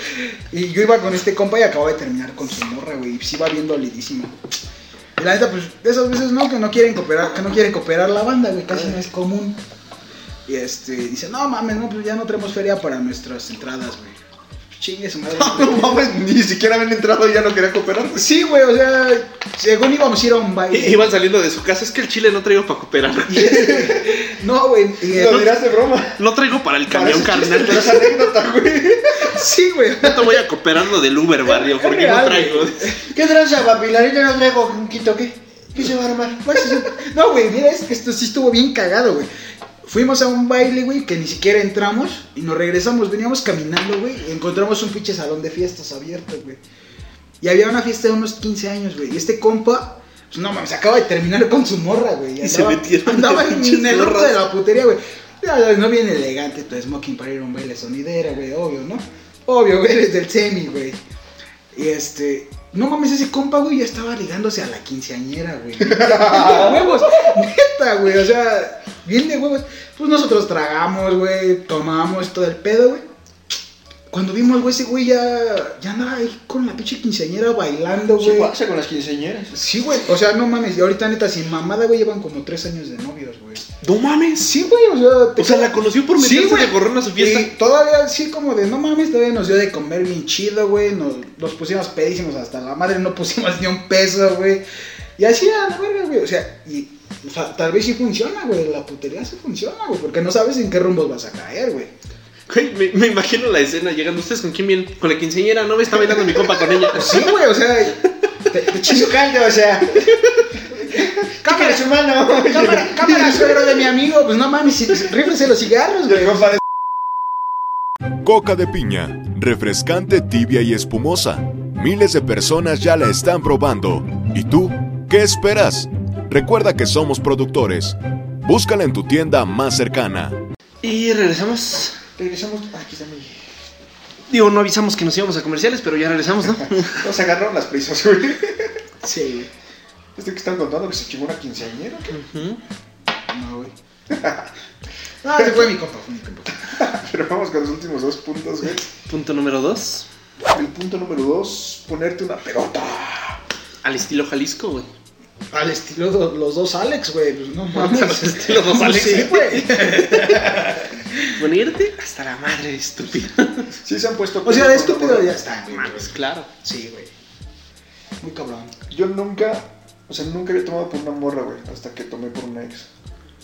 C: Y yo iba con este compa y acababa de terminar con su morra, güey. Y sí iba bien dolidísimo. Y la neta, pues, de esas veces no, que no quieren cooperar, que no quieren cooperar la banda, güey. Casi no es común. Y este, dice, no mames, no, pues ya no tenemos feria para nuestras entradas, güey. Chingue su madre.
B: [LAUGHS] No
A: [LAUGHS]
B: mames, ni siquiera habían entrado y ya no quería cooperar.
C: Sí, güey, o sea, según íbamos a ir a un
A: I-
C: baile.
A: Iban saliendo de su casa. Es que el chile no traigo para cooperar.
C: No, güey. y, eh,
B: Lo dirás de [LAUGHS] broma.
A: No traigo para el
B: Para
A: camión,
B: eso
A: carnal.
B: chiste, Pero esa anécdota, güey.
C: [LAUGHS] Sí, güey.
A: No te voy a cooperar lo del Uber, barrio, porque no
C: real, [LAUGHS]
A: traigo.
E: ¿Qué tranza, papi? La neta no traigo un quito, ¿qué? ¿Qué se va a armar?
A: [LAUGHS]
C: No, güey, mira, es que esto sí estuvo bien cagado, güey. Fuimos a un baile, güey, que ni siquiera entramos y nos regresamos, veníamos caminando, güey, y encontramos un pinche salón de fiestas abierto, güey. Y había una fiesta de unos 15 años, güey, y este compa, pues no mames, acaba de terminar con su morra, güey.
A: Y se
C: andaba-
A: metieron
C: Andaba
A: de
C: en,
A: pinches
C: el orto de
A: morras.
C: la putería, güey. Ya, No bien elegante tu smoking para ir a un baile sonidera, güey, obvio, ¿no? Obvio, [LAUGHS] güey, eres del semi, güey. Y este, no mames, ese compa, güey, ya estaba ligándose a la quinceañera,
A: [LAUGHS]
C: güey. Neta, de huevos, neta, güey, o sea, bien de huevos. Pues nosotros tragamos, güey, tomamos todo el pedo, güey. Cuando vimos, güey, ese güey ya, ya andaba ahí con la pinche quinceañera bailando,
B: ¿Qué
C: güey.
B: con las quinceañeras?
C: Sí, güey, o sea, no mames, y ahorita neta, sin mamada, güey, llevan como tres años de novios, güey.
A: No mames.
C: Sí, güey, o sea, te-
A: O sea, la conoció por
C: Sí,
A: meterse
C: güey.
A: de gorrón a su fiesta.
C: y todavía sí como de, no mames, todavía nos dio de comer bien chido, güey. Nos, nos pusimos pedísimos hasta la madre, no pusimos ni un peso, güey. Y así a la verga, güey. O sea, y o sea, tal vez sí funciona, güey. La putería sí funciona, güey. Porque no sabes en qué rumbos vas a caer, güey.
A: Güey, me, me imagino la escena llegando. ¿Ustedes con quién vienen? Con la quinceañera, ¿no? Está bailando mi compa con ella.
C: Pues Sí, güey, o sea... Te, te
E: Es
C: chingo.
E: su caldo, o sea. Cámara, su mano.
C: Cámara, cámara, suegro de mi amigo. Pues no mames, si- rífrese los cigarros, güey.
B: El compa de...
F: Coca de piña, refrescante, tibia y espumosa. Miles de personas ya la están probando. ¿Y tú? ¿Qué esperas? Recuerda que somos productores. Búscala en tu tienda más cercana.
A: Y regresamos.
E: Regresamos. Ah, aquí está mi.
A: Digo, no avisamos que nos íbamos a comerciales, pero ya regresamos, ¿no? [LAUGHS]
B: Nos agarraron las prisas, güey. [LAUGHS]
C: Sí, güey.
B: Este que están contando que se chingó una quinceañera.
A: Ujú.
C: No, güey. [LAUGHS] Ah, se fue mi compa, fue mi compa.
B: Pero vamos con los últimos dos puntos, güey.
A: Punto número dos.
B: El punto número dos, ponerte una pelota.
A: Al estilo Jalisco, güey.
C: Al estilo de los dos Alex, güey. Pues no mames.
A: Al estilo dos Alex.
C: Sí, güey.
A: Ponerte hasta la
E: [LAUGHS]
A: madre, estúpido.
B: Sí se han puesto...
C: O sea, de
B: pelotas,
C: estúpido
B: ¿no?
C: ya está, güey.
A: Mames, claro.
C: Sí, güey. Muy cabrón.
B: Yo nunca... O sea, nunca había tomado por una morra, güey. Hasta que tomé por una ex.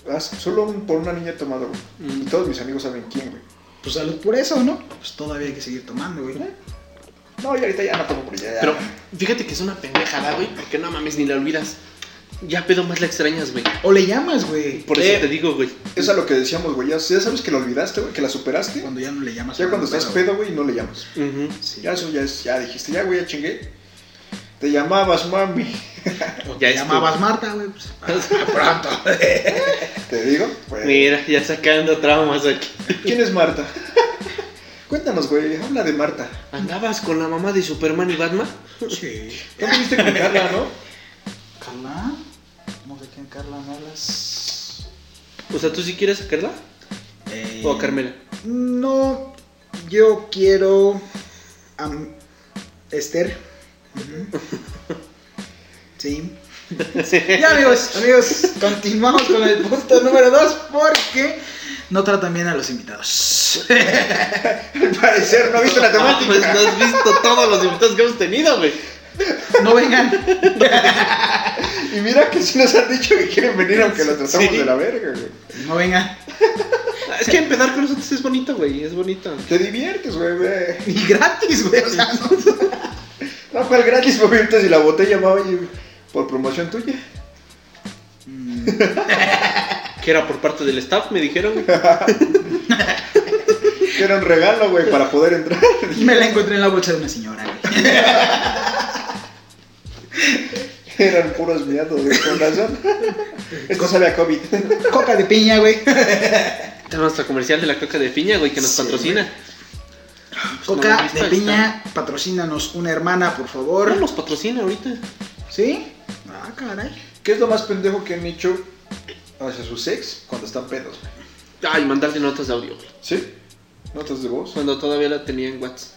B: Ah, Solo un- por una niña he tomado, güey. Y todos mis amigos saben quién, güey.
C: Pues salud por eso, ¿no? ¿Eh? Pues todavía hay que seguir tomando, güey.
B: No, y ahorita ya no tomo por ella. ya.
A: Pero fíjate que es una pendejada, güey, porque no mames, ni la olvidas. Ya pedo más la extrañas, güey.
C: O le llamas, güey. Eh,
A: Por
E: Eh.
A: eso te digo, güey.
B: Es a lo que decíamos, güey. Ya, ya sabes que la olvidaste, güey. Que la superaste.
C: Cuando ya no le llamas.
B: Ya cuando estás
C: güey.
B: pedo, güey, y no le llamas.
A: Ujú.
C: Sí.
B: Ya eso ya es... Ya dijiste, ya, güey, ya chingué. Te llamabas, mami. [LAUGHS]
C: O
A: Ya
C: te
A: es [LAUGHS]
C: llamabas Marta, güey. Pues, ah, pronto.
B: Te digo, güey.
A: Mira, ya sacando traumas aquí.
B: ¿Quién es Marta? [LAUGHS] Cuéntanos, güey, habla de Marta.
A: ¿Andabas con la mamá de Superman y Batman?
C: sí.
B: ¿No pudiste con Carla, no?
C: Carla. No sé quién Carla me hablas.
A: O sea, ¿tú sí quieres a Carla?
C: Eh,
A: ¿O a Carmela?
C: No, yo quiero a m- Esther. Ujú. Sí. Ya amigos, amigos, continuamos con el punto número 2 porque no tratan bien a los invitados.
B: [LAUGHS] Al parecer, no viste la
A: Ah, pues
B: temática.
A: no has visto todos los invitados que hemos tenido, güey.
C: No vengan.
B: Y mira que sí nos han dicho que quieren venir aunque los tratamos
A: Sí.
B: de la verga, güey.
C: No venga.
A: Es que empezar con nosotros es bonito, güey. Es bonito.
B: Te diviertes, güey, güey.
C: Y gratis, güey. O sea, no-
B: No, fue el gratis movientes y la botella va oye, por promoción tuya.
A: Que era por parte del staff, me dijeron. güey.
B: Que era un regalo, güey, para poder entrar.
C: Me la encontré en la bolsa de una señora, güey.
B: Eran puros miados, güey, con [LAUGHS] razón. Esto sabe a COVID.
C: Coca de piña, güey.
A: Está nuestro comercial de la coca de piña, güey, que nos patrocina.
C: Coca
A: no, ahí está,
C: de
A: ahí
C: piña, patrocínanos una hermana, por favor.
A: No nos patrocina ahorita.
C: ¿Sí? Ah, caray.
B: ¿Qué es lo más pendejo que han hecho hacia sus ex cuando están pedos? güey?
A: Ay, mandarle notas de audio, güey.
B: ¿Sí? ¿Notas de voz?
A: Cuando todavía la tenía en WhatsApp.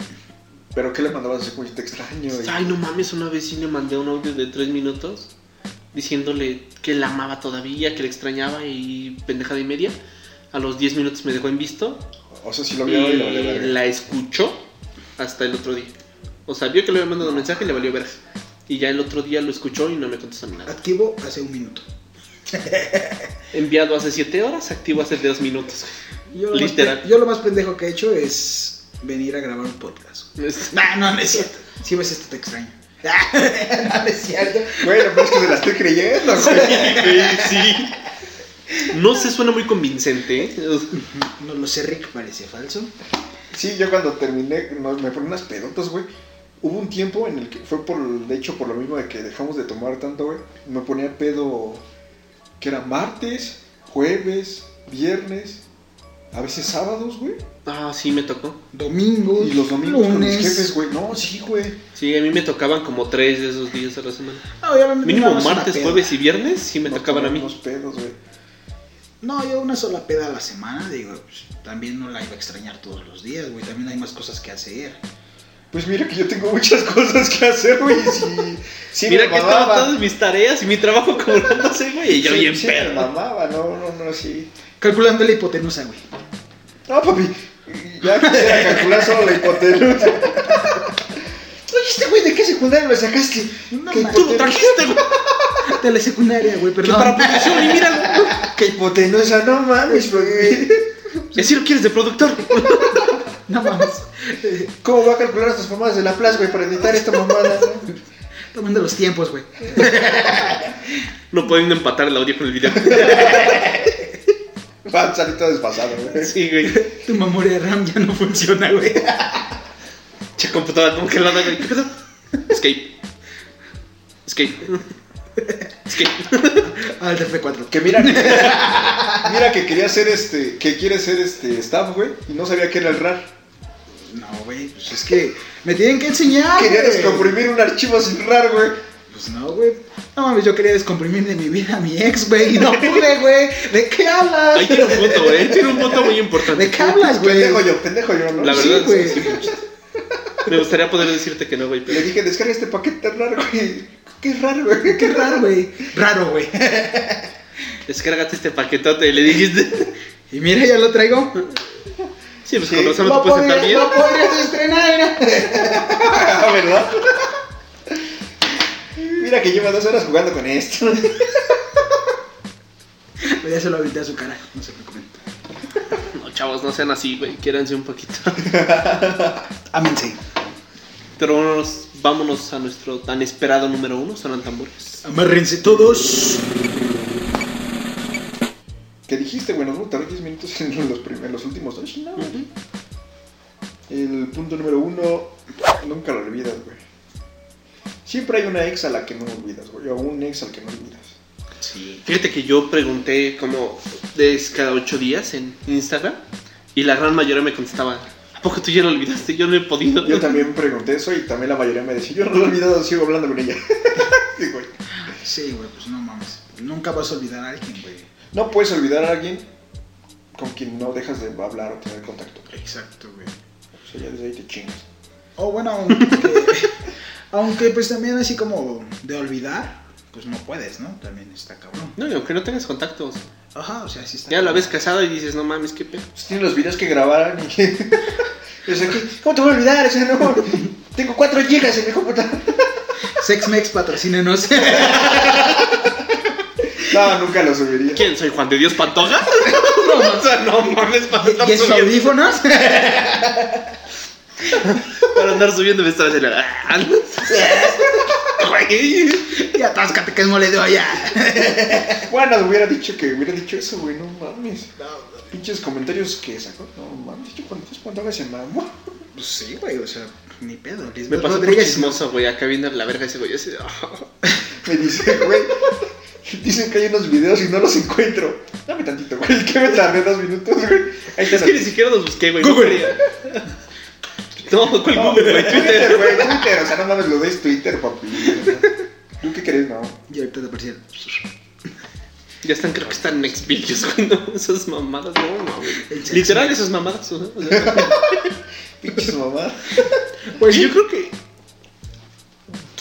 B: ¿Pero qué le mandabas así como te extraño? güey?
A: Ay, no mames, una vez sí le mandé un audio de tres minutos diciéndole que la amaba todavía, que la extrañaba y pendejada y media. A los 10 minutos me dejó en visto
B: O sea, si lo
A: y
B: vio y lo valió verga.
A: la escuchó hasta el otro día. O sea, vio que le había mandado un mensaje y le valió verga. Y ya el otro día lo escuchó y no me contestó nada.
C: Activo hace un minuto.
A: Enviado hace 7 horas, activo hace 2 minutos.
C: Yo lo, más
A: Literal.
C: pe- yo lo más pendejo que he hecho es venir a grabar un podcast.
A: Es-
C: No, no, no es cierto. Si ves esto, te extraño. [LAUGHS] no, no es cierto.
B: Bueno, pero es que se la estoy creyendo, güey.
A: No se suena muy convincente, ¿eh?
C: No lo sé, Rick, parece falso.
B: Sí, yo cuando terminé, no, me ponen unas pedotas, güey. Hubo un tiempo en el que fue por, de hecho, por lo mismo de que dejamos de tomar tanto, güey. Me ponía pedo que era martes, jueves, viernes, a veces sábados, güey.
A: Ah, sí, me tocó.
C: Domingo,
B: Y los domingos con mis
C: lunes.
B: jefes, güey. No, sí, güey.
A: Sí, a mí me tocaban como 3 de esos días a la semana.
C: No, yo me-
A: Mínimo
C: una sola
A: martes,
C: peda.
A: jueves y viernes sí me
B: Nos
A: tocaban a mí.
B: poníamos pedos, güey.
C: No, yo una sola peda a la semana, digo, pues, también no la iba a extrañar todos los días, güey. También hay más cosas que hacer.
B: Pues mira que yo tengo muchas [LAUGHS] cosas que hacer, güey. y Sí, sí
A: Mira
B: me
A: que estaban
B: mamaba.
A: todas mis tareas y mi trabajo [LAUGHS] acumulándose, güey. Y yo
B: Sí,
A: bien
B: sí, me
A: pedo.
B: mamaba, no, no, no, sí.
C: Calculando la hipotenusa, güey. [LAUGHS]
B: No, papi, ya quisiera calcular solo la hipotenusa. [LAUGHS]
E: Oye, este güey, ¿de qué secundaria lo sacaste?
C: No
E: ¿Qué
C: mames.
A: Tú lo trajiste, güey.
C: De la secundaria, güey,
A: Que
C: perdón.
A: para producción, y míralo.
E: ¿Qué hipotenusa? No mames,
A: [LAUGHS]
E: güey.
A: Y así lo quieres de productor.
C: [LAUGHS] No mames.
E: ¿Cómo va a calcular estas mamadas de la plaza, güey, para editar esta mamada? no?
C: Tomando los tiempos, güey.
A: [LAUGHS] No pueden empatar el audio con el video.
B: Va a salir todo desfasado,
A: [LAUGHS]
B: güey.
A: Sí, güey.
C: Tu memoria de RAM ya no funciona,
B: [LAUGHS]
C: güey.
A: Che, computadora congelada, güey. ¿Qué pedo? Escape. Escape. Escape.
C: Al DF4.
B: Que mira, mira que quería ser este, que quiere ser este staff, güey, y no sabía que era el RAR.
C: [LAUGHS] No, güey, pues es que me tienen que enseñar.
B: Quería
C: güey.
B: descomprimir un archivo sin RAR, güey.
C: Pues no, güey. No mames, yo quería descomprimir de mi vida a mi ex, güey. Y no pude, güey. ¿De qué hablas?
A: Ahí tiene un punto, eh. Tiene un punto muy
C: ¿De
A: importante.
C: qué hablas, güey?
B: Pendejo yo, pendejo yo, ¿no?
A: La
C: Sí,
A: verdad,
C: güey.
A: sí, sí. me gustaría poder decirte que no, güey.
B: Le
A: Pero...
B: dije, descarga este paquete RAR, güey. Qué raro, güey.
C: Qué [LAUGHS] raro, güey. Raro, güey.
A: Descárgate este paquetote y le dijiste.
C: Y mira, ya lo traigo.
A: Sí, pues
B: Sí.
A: con razón no
C: Lo
A: te puedes sentar bien.
C: podrías, lo podrías estrenar. mira.
B: Ah, ¿verdad? Mira que lleva dos horas jugando con esto. [LAUGHS]
C: Pero ya se lo aventé a su cara. No se preocupen.
A: No, chavos, no sean así, güey. Quiéranse un poquito.
C: Ámense.
A: Pero vámonos, vámonos a nuestro tan esperado número uno, sonan tambores.
C: Amárrense todos.
B: ¿Qué dijiste, güey? Nos vamos a tardar 10 minutos en los, prim- en los últimos dos. No, güey. El punto número uno, nunca lo olvidas, güey. Siempre hay una ex a la que no olvidas, güey. O un ex al que no olvidas.
C: Sí.
A: Fíjate que yo pregunté como es cada ocho días en Instagram y la gran mayoría me contestaba, ¿a poco tú ya lo olvidaste? Yo no he podido.
B: Yo también pregunté eso y también la mayoría me decía, yo no lo he olvidado, sigo hablando con ella. [LAUGHS] Sí, güey.
C: Sí, güey, pues no mames. Nunca vas a olvidar a alguien, güey.
B: no puedes olvidar a alguien con quien no dejas de hablar o tener contacto. güey.
C: Exacto, güey.
B: O sea, ya desde ahí te chingas.
C: O bueno, aunque, [LAUGHS] aunque pues también así como de olvidar, pues no puedes, ¿no? También está cabrón.
A: No, y aunque no tengas contactos.
C: Ajá, o sea, sí está.
A: Ya la ves casado y dices, no mames, qué pedo.
B: Pues tiene los videos que grabaron y [LAUGHS]
E: O sea, ¿qué? ¿Cómo te voy a olvidar? O sea, no.
C: [LAUGHS]
A: [LAUGHS]
E: Tengo 4 gigas en mi computadora.
C: [LAUGHS] Sexmex, patrocínenos.
B: No, nunca lo subiría.
A: ¿Quién? ¿Soy Juan de Dios
C: [LAUGHS]
A: Pantoja? [LAUGHS] o sea, no mames, para andar
C: ¿Y esos
A: subiendo.
C: audífonos?
A: Para andar subiendo me estaba haciendo. "Ah,
C: [LAUGHS]
A: no sé".
C: y atáscate que es mole de olla.
B: Bueno, hubiera dicho que hubiera dicho eso, güey, no mames. Pinches comentarios que sacó. No mames, yo cuando te espantaba se mamó.
C: Pues sí, güey, o sea, [LAUGHS] ni pedo.
A: Me
C: Lisbeth
A: pasó por
C: Rodríguez,
A: chismoso, güey. Acá viendo la verga ese güey. Así, "Ah".
B: Me dice, güey. Dicen que hay unos videos y no los encuentro. Dame tantito, güey. Que me tardé dos minutos, güey. Ahí
A: Es
B: está.
A: que ni siquiera los busqué, güey. no
C: Google.
A: quería. [LAUGHS] No, ¿cuál
B: No,
A: Google, güey? Twitter.
B: Twitter, güey, Twitter. O sea, no mames, lo de Twitter, papi. ¿Tú qué crees, no?
C: Y ahorita te aparecía el-
A: Ya están, creo que están next videos, [LAUGHS] güey. no, esas mamadas, no, no, güey.
C: el-
A: Literal, esas mamadas. ¿no? O sea,
B: Pinches mamá.
A: [LAUGHS] Pues yo creo que.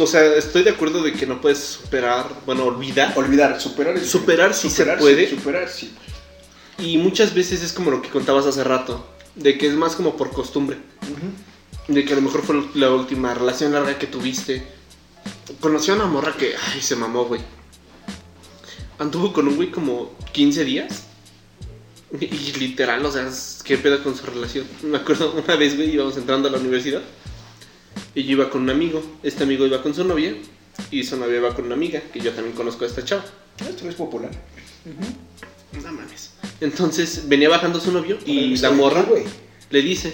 A: O sea, estoy de acuerdo de que no puedes superar, bueno, olvidar.
B: Olvidar, superar el
A: Superar sí se
B: superar,
A: puede.
B: sí, Superar sí.
A: Y muchas veces es como lo que contabas hace rato, de que es más como por costumbre. De que a lo mejor fue la última relación larga que tuviste. Conocí a una morra que, ay, se mamó, güey. Anduvo con un güey como 15 días. Y- Y literal, o sea, es- qué pedo con su relación. Me acuerdo una vez, güey, íbamos entrando a la universidad. Y yo iba con un amigo. Este amigo iba con su novia. Y su novia iba con una amiga, que yo también conozco a esta chava.
B: Esto es popular.
A: No mames. Entonces venía bajando su novio y
B: Órale,
A: la
B: güey.
A: morra le dice,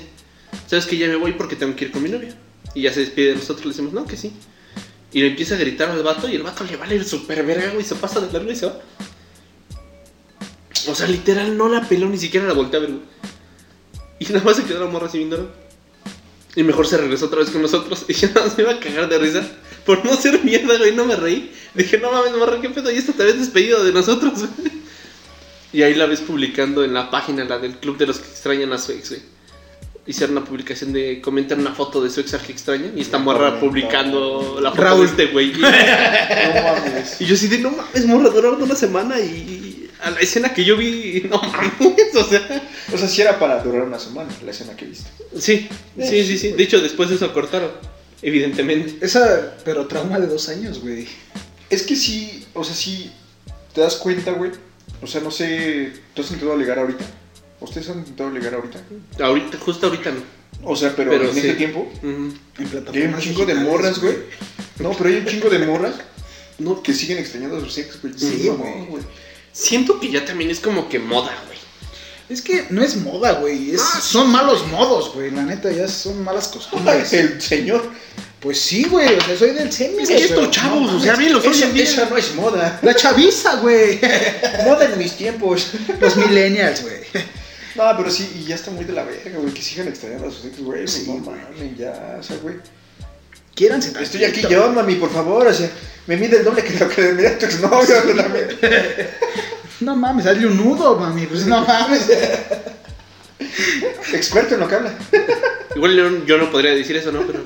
A: ¿sabes que ya me voy porque tengo que ir con mi novia? Y ya se despide de nosotros, le decimos, no, que sí. Y le empieza a gritar al vato y el vato le vale super verga, güey, se pasa de largo y se va. O sea, literal no la peló, ni siquiera la volteó a ver, güey. Y nada más se quedó la morra así viéndolo. Y mejor se regresó otra vez con nosotros. [LAUGHS] Y yo nada más me iba a cagar de risa. Por no ser mierda, güey, no me reí. Dije, no mames, morra, qué pedo. Y esta te habías despedido de nosotros, [LAUGHS] güey. Y ahí la ves publicando en la página, la del club de los que extrañan a su ex, güey. Hicieron una publicación de comentar una foto de su ex al que extrañan. Y esta morra
B: comentaron.
A: publicando la foto
C: Raúl.
A: de este güey.
B: No mames.
A: Y yo así de, no mames, morra, duraron una semana y a la escena que yo vi, [LAUGHS] no mames, o sea.
B: O sea, si era para durar una semana la escena que viste.
A: Sí, sí, pues. sí, sí. De hecho, después de eso cortaron, evidentemente.
C: Esa, pero trauma de dos años, güey.
B: Es que sí, o sea, sí te das cuenta, güey. O sea, no sé, ¿tú has intentado ligar ahorita? ¿Ustedes han intentado ligar ahorita?
A: Ahorita, justo ahorita no.
B: O sea, pero,
A: Pero
B: en este
A: sí.
B: tiempo.
A: Ujú.
C: En
B: que Hay un
C: plataformas
B: chingo de
C: digitales,
B: morras, güey. No, pero hay un chingo de morras
A: No,
B: que siguen extrañando a sus ex, güey.
C: Sí,
B: No,
C: güey.
A: siento que ya también es como que moda, güey.
C: Es que no es moda, güey. es-
A: Ah, sí.
C: son malos modos, güey. La neta, ya son malas costumbres.
B: El señor.
C: Pues sí, güey. O sea, soy del semi.
A: Es que
C: güey,
A: estos
C: pero
A: chavos,
C: no
A: o sea,
C: mames.
A: bien los hoy
B: Esa,
A: en día.
B: esa no es moda.
C: La chaviza, güey.
B: Moda en mis tiempos.
C: [LAUGHS] Los
A: [LAUGHS]
C: millennials, güey.
B: No, pero sí, y ya está muy de la verga, güey. Que sigan extrañando a sus ex, güey.
C: Sí,
B: no
C: güey. Ah,
B: mames, ya, o sea, güey.
C: Quiéranse
B: Estoy aquí
C: tantito.
B: yo, mami, por favor. O sea, me mide el doble que lo que me mide tu exnovio. no mames.
C: No mames, hazle un nudo, mami. Pues no
B: [LAUGHS]
C: mames.
B: Experto en lo que habla.
A: Igual yo- yo no podría decir eso, ¿no? Pero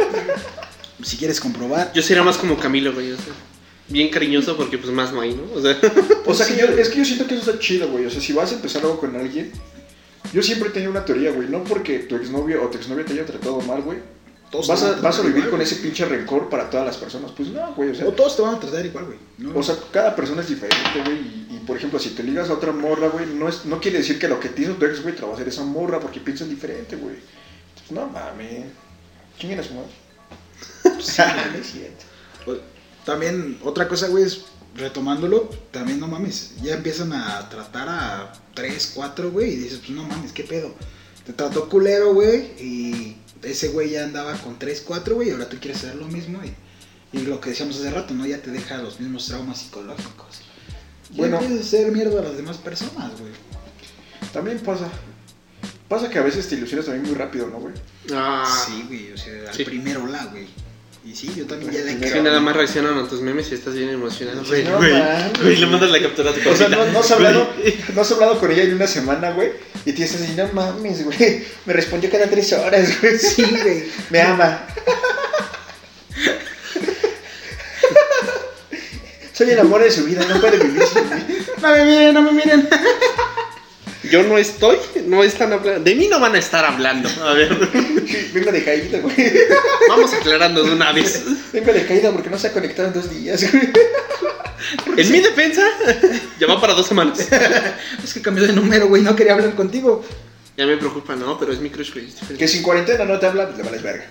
C: si quieres comprobar.
A: yo sería más como Camilo, güey. O sea, bien cariñoso porque pues más no hay, ¿no? O sea, [LAUGHS]
B: O sea, que yo, es que yo siento que eso está chido, güey. O sea, si vas a empezar algo con alguien, yo siempre tenía una teoría, güey. No porque tu exnovio o tu exnovia te haya tratado mal, güey.
C: Todos
B: Vas
C: te
B: a,
C: van
B: vas a
C: tratar
B: vivir
C: igual,
B: con
C: güey.
B: ese pinche rencor para todas las personas. Pues no, güey. O sea,
C: O todos te van a tratar igual, güey. No,
B: o sea cada persona es diferente, güey. Y, y, por ejemplo, si te ligas a otra morra, güey, no, es, no quiere decir que lo que te hizo tu ex, güey, te lo va a hacer esa morra porque piensan diferente, güey. Entonces, No mames. ¿Quién su madre? [LAUGHS] Sí, no es cierto.
C: O- También, otra cosa, güey, es retomándolo, también no mames. Ya empiezan a tratar a 3, 4, güey, y dices, pues no mames, ¿qué pedo? Te trató culero, güey, y ese güey ya andaba con 3, 4, güey, y ahora tú quieres hacer lo mismo. Y, y lo que decíamos hace rato, ¿no? Ya te deja los mismos traumas psicológicos.
B: Bueno.
C: Bueno. Empiezas a hacer mierda a las demás personas, güey.
B: También pasa. Pasa que a veces te ilusionas también muy rápido, ¿no, güey?
A: ah,
C: Sí, güey, o sea, al
A: Sí.
C: primer hola, güey. Y sí, yo también ya de
B: Primero.
A: Que nada más reaccionan a tus memes y estás bien emocionado.
B: Sí,
A: Güey,
B: no
A: güey,
B: mames.
A: güey, le mandas la captura a tu
B: [LAUGHS] O sea,
A: cosita.
B: no,
C: Pues,
B: no
A: [LAUGHS]
B: has hablado,
A: Güey.
B: no has hablado con ella en una semana, güey. Y te dices así, no mames, güey. [LAUGHS] Me respondió cada tres horas, güey.
C: Sí, güey.
B: [LAUGHS] Me ama. Soy el amor de su vida, no puede vivir sin mí. [LAUGHS]
C: No me miren, no me miren.
A: Yo no estoy, no están hablando. De mí no van a estar hablando. A ver, [LAUGHS]
E: Vengo de caída, güey.
A: vamos aclarando de una vez.
E: Vengo de caída porque no se ha conectado en dos días, güey.
A: En mi defensa, [LAUGHS] ya va para dos semanas.
C: Es que cambió de número, güey, no quería hablar contigo.
A: Ya me preocupa, no, pero es mi crush, güey. es diferente.
E: Que sin cuarentena no te habla, pues le vales verga.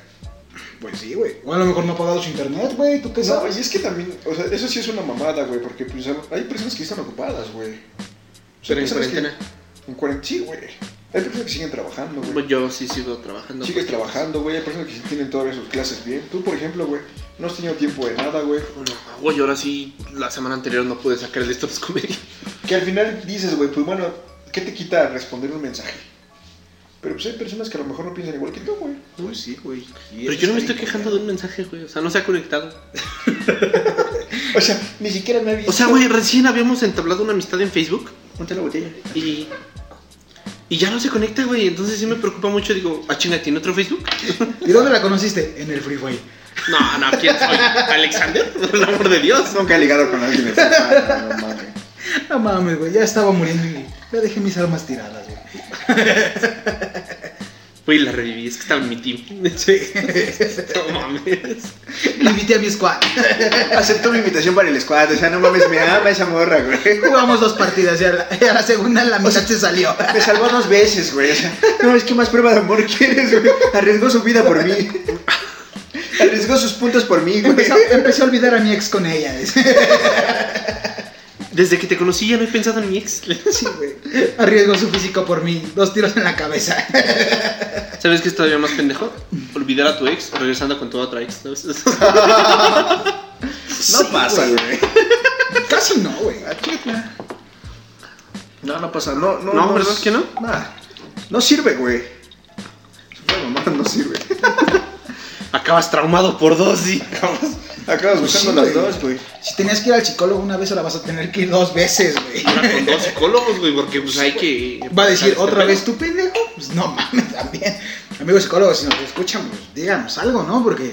C: Pues sí, güey. O a lo mejor no ha pagado su internet, güey, ¿tú qué
B: No,
C: sabes?
B: y es que también, o sea, eso sí es una mamada, güey, porque pues, hay personas que están ocupadas, güey. O sea,
A: Pero en
B: personas que-
A: cuarentena.
B: En cuarentena, sí, güey. Hay personas que siguen trabajando, güey.
A: Pues Yo sí sigo trabajando.
B: Sigues trabajando, güey. Hay personas que sí tienen todavía sus clases bien. Tú, por ejemplo, güey, no has tenido tiempo de nada, güey.
A: Bueno, güey, ahora sí, la semana anterior no pude sacar el Stop Comedy.
B: Que al final dices, güey, pues bueno, ¿qué te quita responder un mensaje? Pero pues hay personas que a lo mejor no piensan igual que tú, güey.
E: Pues sí, güey. [LAUGHS] Y
A: Pero
E: eso
A: yo no me
E: está
A: estoy quejando de un mensaje, güey. O sea, no se ha conectado.
E: bien. O sea, ni siquiera me ha visto.
A: O sea, güey, recién habíamos entablado una amistad en Facebook
E: Ponte la botella.
A: y. Y ya no se conecta, güey. Entonces sí me preocupa mucho. Digo, ah, chinga, ¿tiene otro Facebook?
C: ¿Y dónde la conociste? En el freeway.
A: No, no, ¿quién soy? ¿Alexander? [LAUGHS] Por el amor de Dios.
B: Nunca he ligado con alguien.
A: [LAUGHS]
B: así. Ah, no mames.
C: No mames, güey, ya estaba muriendo y ya dejé mis armas tiradas, güey.
A: Güey, la reviví, es que estaba en mi team.
E: [LAUGHS]
A: [LAUGHS]
C: Sí.
A: No mames.
C: Le invité a mi squad.
E: Acepto mi invitación para el squad. O sea, no mames, me ama esa morra, güey.
C: Jugamos dos partidas y a la, y a la segunda la mitad se salió.
E: Me salvó dos veces, güey. O sea, no, es que más prueba de amor quieres, güey. Arriesgó su vida por mí. Arriesgó sus puntos por mí, güey.
C: Empezó, empecé a olvidar a mi ex con ella. dice.
A: Desde que te conocí ya no he pensado en mi ex.
C: Sí, güey. Arriesgó su físico por mí. Dos tiros en la cabeza.
A: [LAUGHS] ¿Sabes qué es todavía más pendejo? Olvidar a tu ex regresando con tu otra ex. ¿sabes?
E: No pasa, güey.
C: Casi no, güey.
E: No, no pasa. No, no.
A: No, ¿verdad
E: es-
A: que no?
E: Nah. No sirve, güey. Bueno, mamá, no sirve.
A: [LAUGHS] Acabas traumado por dos y.
B: Acabas
C: Sí,
B: buscando las
C: güey.
B: dos, güey.
C: Si tenías que ir al psicólogo una vez, ahora vas a tener que ir dos veces, güey.
A: [LAUGHS] Ahora con dos psicólogos, güey, porque pues hay que.
C: [LAUGHS] Va a decir
A: este
C: otra
A: pedo.
C: vez, ¿tú pendejo? Pues no mames, [LAUGHS] también. Amigos psicólogos, si nos escuchan, pues díganos algo, ¿no? Porque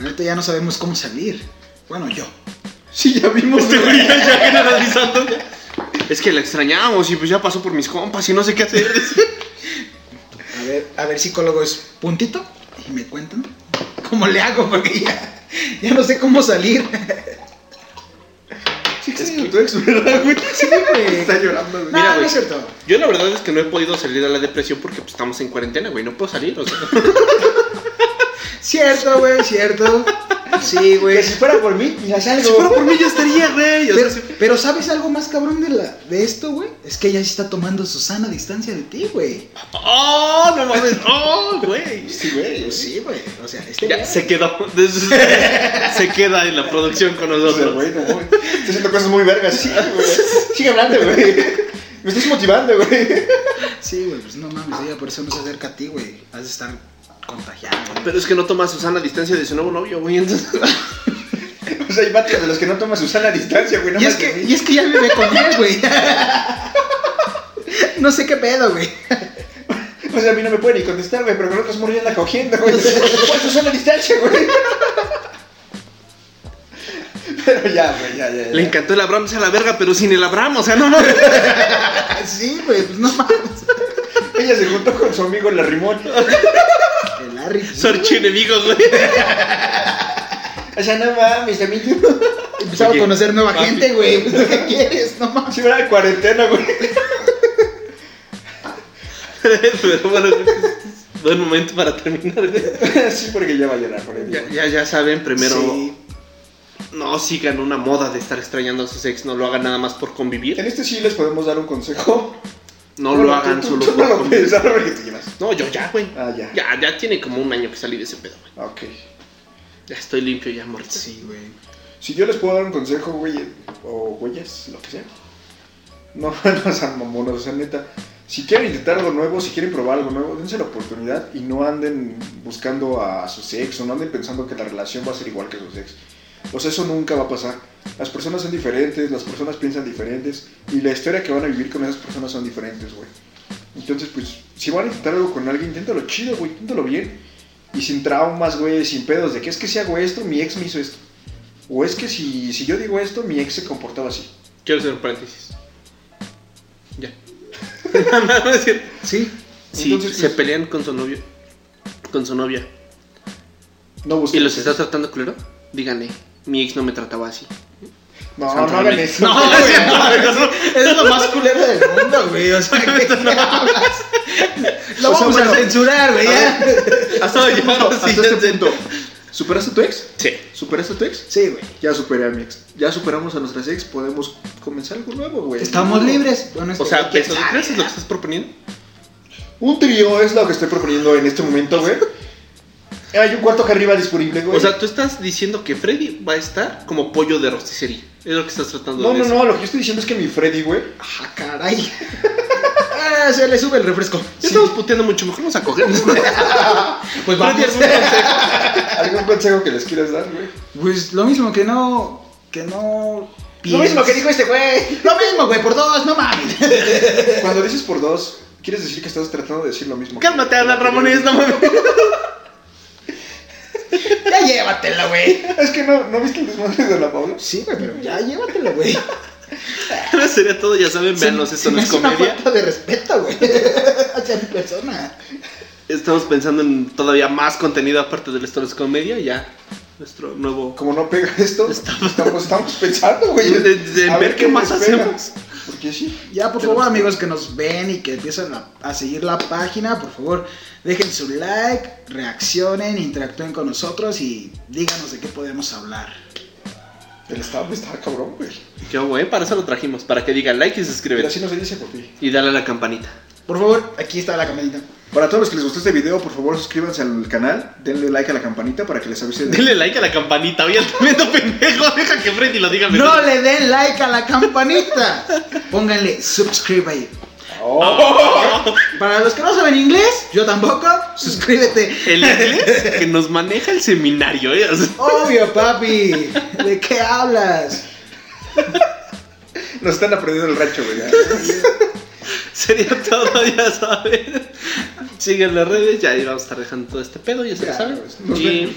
C: ahorita ya no sabemos cómo salir. Bueno, yo.
B: Sí, ya vimos,
A: Este
B: güey.
A: güey ya- ya generalizando. Es que la extrañamos y pues ya pasó por mis compas y no sé qué [LAUGHS] hacer.
C: A ver, a ver, psicólogos, puntito. Y me cuentan cómo le hago, porque ya, ya no sé cómo salir.
B: Sí, es que tu ex, ¿verdad, güey?
C: Sí, güey.
B: Está llorando, güey.
C: No,
A: Mira,
C: no
A: güey.
C: es cierto.
A: Yo la verdad es que no he podido salir de la depresión porque pues, estamos en cuarentena, güey. No puedo salir, [LAUGHS] o sea.
C: Cierto, güey, cierto. Sí, güey.
E: Que si fuera por mí, ya salgo.
A: Si fuera por mí ya estaría, güey. O sea,
C: Pero,
A: sí-
C: pero ¿sabes algo más cabrón de, la, de esto, güey? Es que ella sí está tomando su sana distancia de ti, güey.
A: ¡Oh, no mames! ¡Oh, güey!
B: Sí, güey.
C: Sí, güey. O sea, este
A: Ya,
C: güey-
A: se quedó. [LAUGHS] Se queda en la producción con
B: O sea,
A: nosotros.
B: güey, no, güey. Estoy haciendo cosas muy vergas, sí, güey.
E: Sigue hablando, güey.
B: Me estás motivando, güey.
C: Sí, güey, pues no mames, ella por eso no se acerca a ti, güey. Has de estar contagiado, güey.
A: Pero es que no toma a Susana a distancia de su nuevo novio, güey. Entonces, [LAUGHS]
B: O sea, hay vatos de los que no toman su sana distancia, güey. No
C: Y es,
B: más de
C: que,
B: mí.
C: y es que ya vive con él, güey. [LAUGHS] No sé qué pedo, güey.
B: O sea, a mí no me puede ni contestar, güey, pero con otros morir la cogiendo, güey.
E: Por su sana distancia, güey.
B: Pero ya, güey, ya, ya. ya.
A: le encantó el Abraham, a la verga, pero sin el Abraham, o sea, [LAUGHS] no, no.
C: [LAUGHS] Sí, güey, pues no mames.
B: Ella se juntó con su amigo la Rimón.
C: El Larry. pues,
A: Su archienemigo, güey. [LAUGHS]
E: O sea, no mames, también yo.
C: Empezaba
A: Oye,
C: a conocer nueva
A: papi.
C: gente, güey. [LAUGHS] Pues, ¿Qué quieres? No mames.
B: Si era de cuarentena, güey.
A: Pero bueno, buen momento para terminar. güey.
B: Sí, porque ya va a llorar por
A: Ya,
B: él.
A: ya, ya saben, primero,
C: Sí.
A: no sigan una moda de estar extrañando a sus ex, no lo hagan nada más por convivir.
B: En este sí les podemos dar un consejo.
A: No lo hagan
B: tú-
A: solo
B: tú no
A: por
B: lo
A: convivir.
B: pensaron porque te llevas.
A: No, yo ya, güey.
B: Ah, ya.
A: Ya, ya tiene como un año que salí de ese pedo, güey.
B: Ok.
A: Ya estoy limpio, ya muerto.
C: Sí, güey.
B: Si yo les puedo dar un consejo, güey, o güeyes, lo que sea. No, [LAUGHS] no sean mamonos, o sea, neta. Si quieren intentar algo nuevo, si quieren probar algo nuevo, dense la oportunidad y no anden buscando a su sexo, no anden pensando que la relación va a ser igual que su sexo. O sea, eso nunca va a pasar. Las personas son diferentes, las personas piensan diferentes y la historia que van a vivir con esas personas son diferentes, güey. Entonces, pues, si van a intentar algo con alguien, inténtalo chido, güey, inténtalo bien. Y sin traumas, güey, sin pedos de que es que si hago esto, mi ex me hizo esto. O es que si, si yo digo esto, mi ex se comportaba así. [LAUGHS]
A: Quiero hacer un paréntesis. Ya. no, no, no es cierto.
E: Sí.
A: Sí,
B: Entonces,
A: se
B: pues-
A: pelean con su novio. Con su novia.
B: No
A: ¿Y
B: busquen.
A: los estás tratando culero? Díganle, mi ex no me trataba así.
E: No, no hagan eso.
A: [LAUGHS] No,
B: [LAUGHS]
A: no es cierto, no, no.
C: Es lo más culero del mundo, güey. [LAUGHS] O sea, que...
B: [LAUGHS]
C: Lo
E: O sea,
C: vamos
E: bueno.
C: a censurar, güey. ya.
A: Hasta
E: este
A: yo,
E: punto,
A: sí,
E: hasta este
A: ya sé.
E: punto. ¿Superaste a tu ex?
A: Sí.
E: ¿Superaste a tu ex?
C: Sí, güey.
E: Ya superé a mi ex. Ya superamos a nuestras ex. Podemos comenzar algo nuevo, güey.
C: Estamos libres. Bueno, este
A: O sea, pues,
C: güey,
A: ¿eso de crees es lo que estás proponiendo?
B: Un trío es lo que estoy proponiendo en este momento, güey. Hay un cuarto acá arriba disponible, güey.
A: O sea, tú estás diciendo que Freddy va a estar como pollo de rosticería. Es lo que estás tratando
B: no,
A: de
B: no,
A: decir.
B: no, lo que yo estoy diciendo es que mi Freddy, güey.
C: Ah, caray. [LAUGHS] Ah, se le sube el refresco.
A: Ya estamos puteando mucho, mejor nos acogemos.
B: [LAUGHS]
A: Freddy,
C: Pues vamos.
A: ¿algún consejo?
B: ¿Algún consejo que les quieras dar, güey?
C: Pues lo mismo que no. Que no. pienses.
E: este güey.
C: Lo mismo, güey, por dos, no mames. [LAUGHS]
B: Cuando dices por dos, quieres decir que estás tratando de decir lo mismo.
A: Cálmate, Alan Ramones, no mames.
C: Ya llévatela, güey.
B: Es que no, ¿no viste el desmadre de la Paula?
C: Sí, güey, pero ya llévatelo, güey.
A: Ahora sería todo, ya saben, véanlos, esto
C: Se
A: no
C: me
A: es
C: hace una
A: comedia.
C: falta de respeto, güey. [LAUGHS] Hacia mi persona.
A: Estamos pensando en todavía más contenido aparte del esto no es comedia, ya. Nuestro nuevo...
B: Como no pega esto, estamos, estamos pensando, güey.
A: De- de
B: A
A: ver qué más
B: les pega.
A: hacemos.
B: Porque sí.
C: Ya, por favor, amigos que nos ven y que empiezan a, a seguir la página, por favor, dejen su like, reaccionen, interactúen con nosotros y díganos de qué podemos hablar.
B: El estado estaba cabrón, güey.
A: Qué güey, para eso lo trajimos, para que digan like y
B: Pero
A: suscriben.
B: así no se dice por ti.
A: Y dale a la campanita. [LAUGHS]
C: Por favor, aquí está la campanita.
E: Para todos los que les gustó este video, por favor suscríbanse al canal, denle like a la campanita para que les avise de...
A: Dale like a la campanita, oye, [LAUGHS] tremendo pendejo, deja que Freddy lo diga.
C: No le den like a la campanita. Pónganle subscribe ahí. Para los que no saben inglés, yo tampoco,
A: [LAUGHS]
C: suscríbete.
A: [LAUGHS] El inglés que nos maneja el seminario, [LAUGHS] ¿eh? O sea,
C: Obvio, papi. ¿De qué hablas?
E: Nos están aprendiendo el rancho,
A: [LAUGHS]
E: güey.
A: Sería todo, ya saben. Sigan las redes, ya ahí vamos a estar dejando todo este pedo, ya se lo
E: Ya,
A: saben.
E: pues, nos
A: Y.
E: vemos.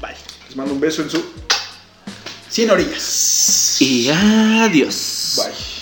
A: Bye.
E: Les mando un beso en su...
C: Sin orillas.
A: Y adiós.
E: Bye.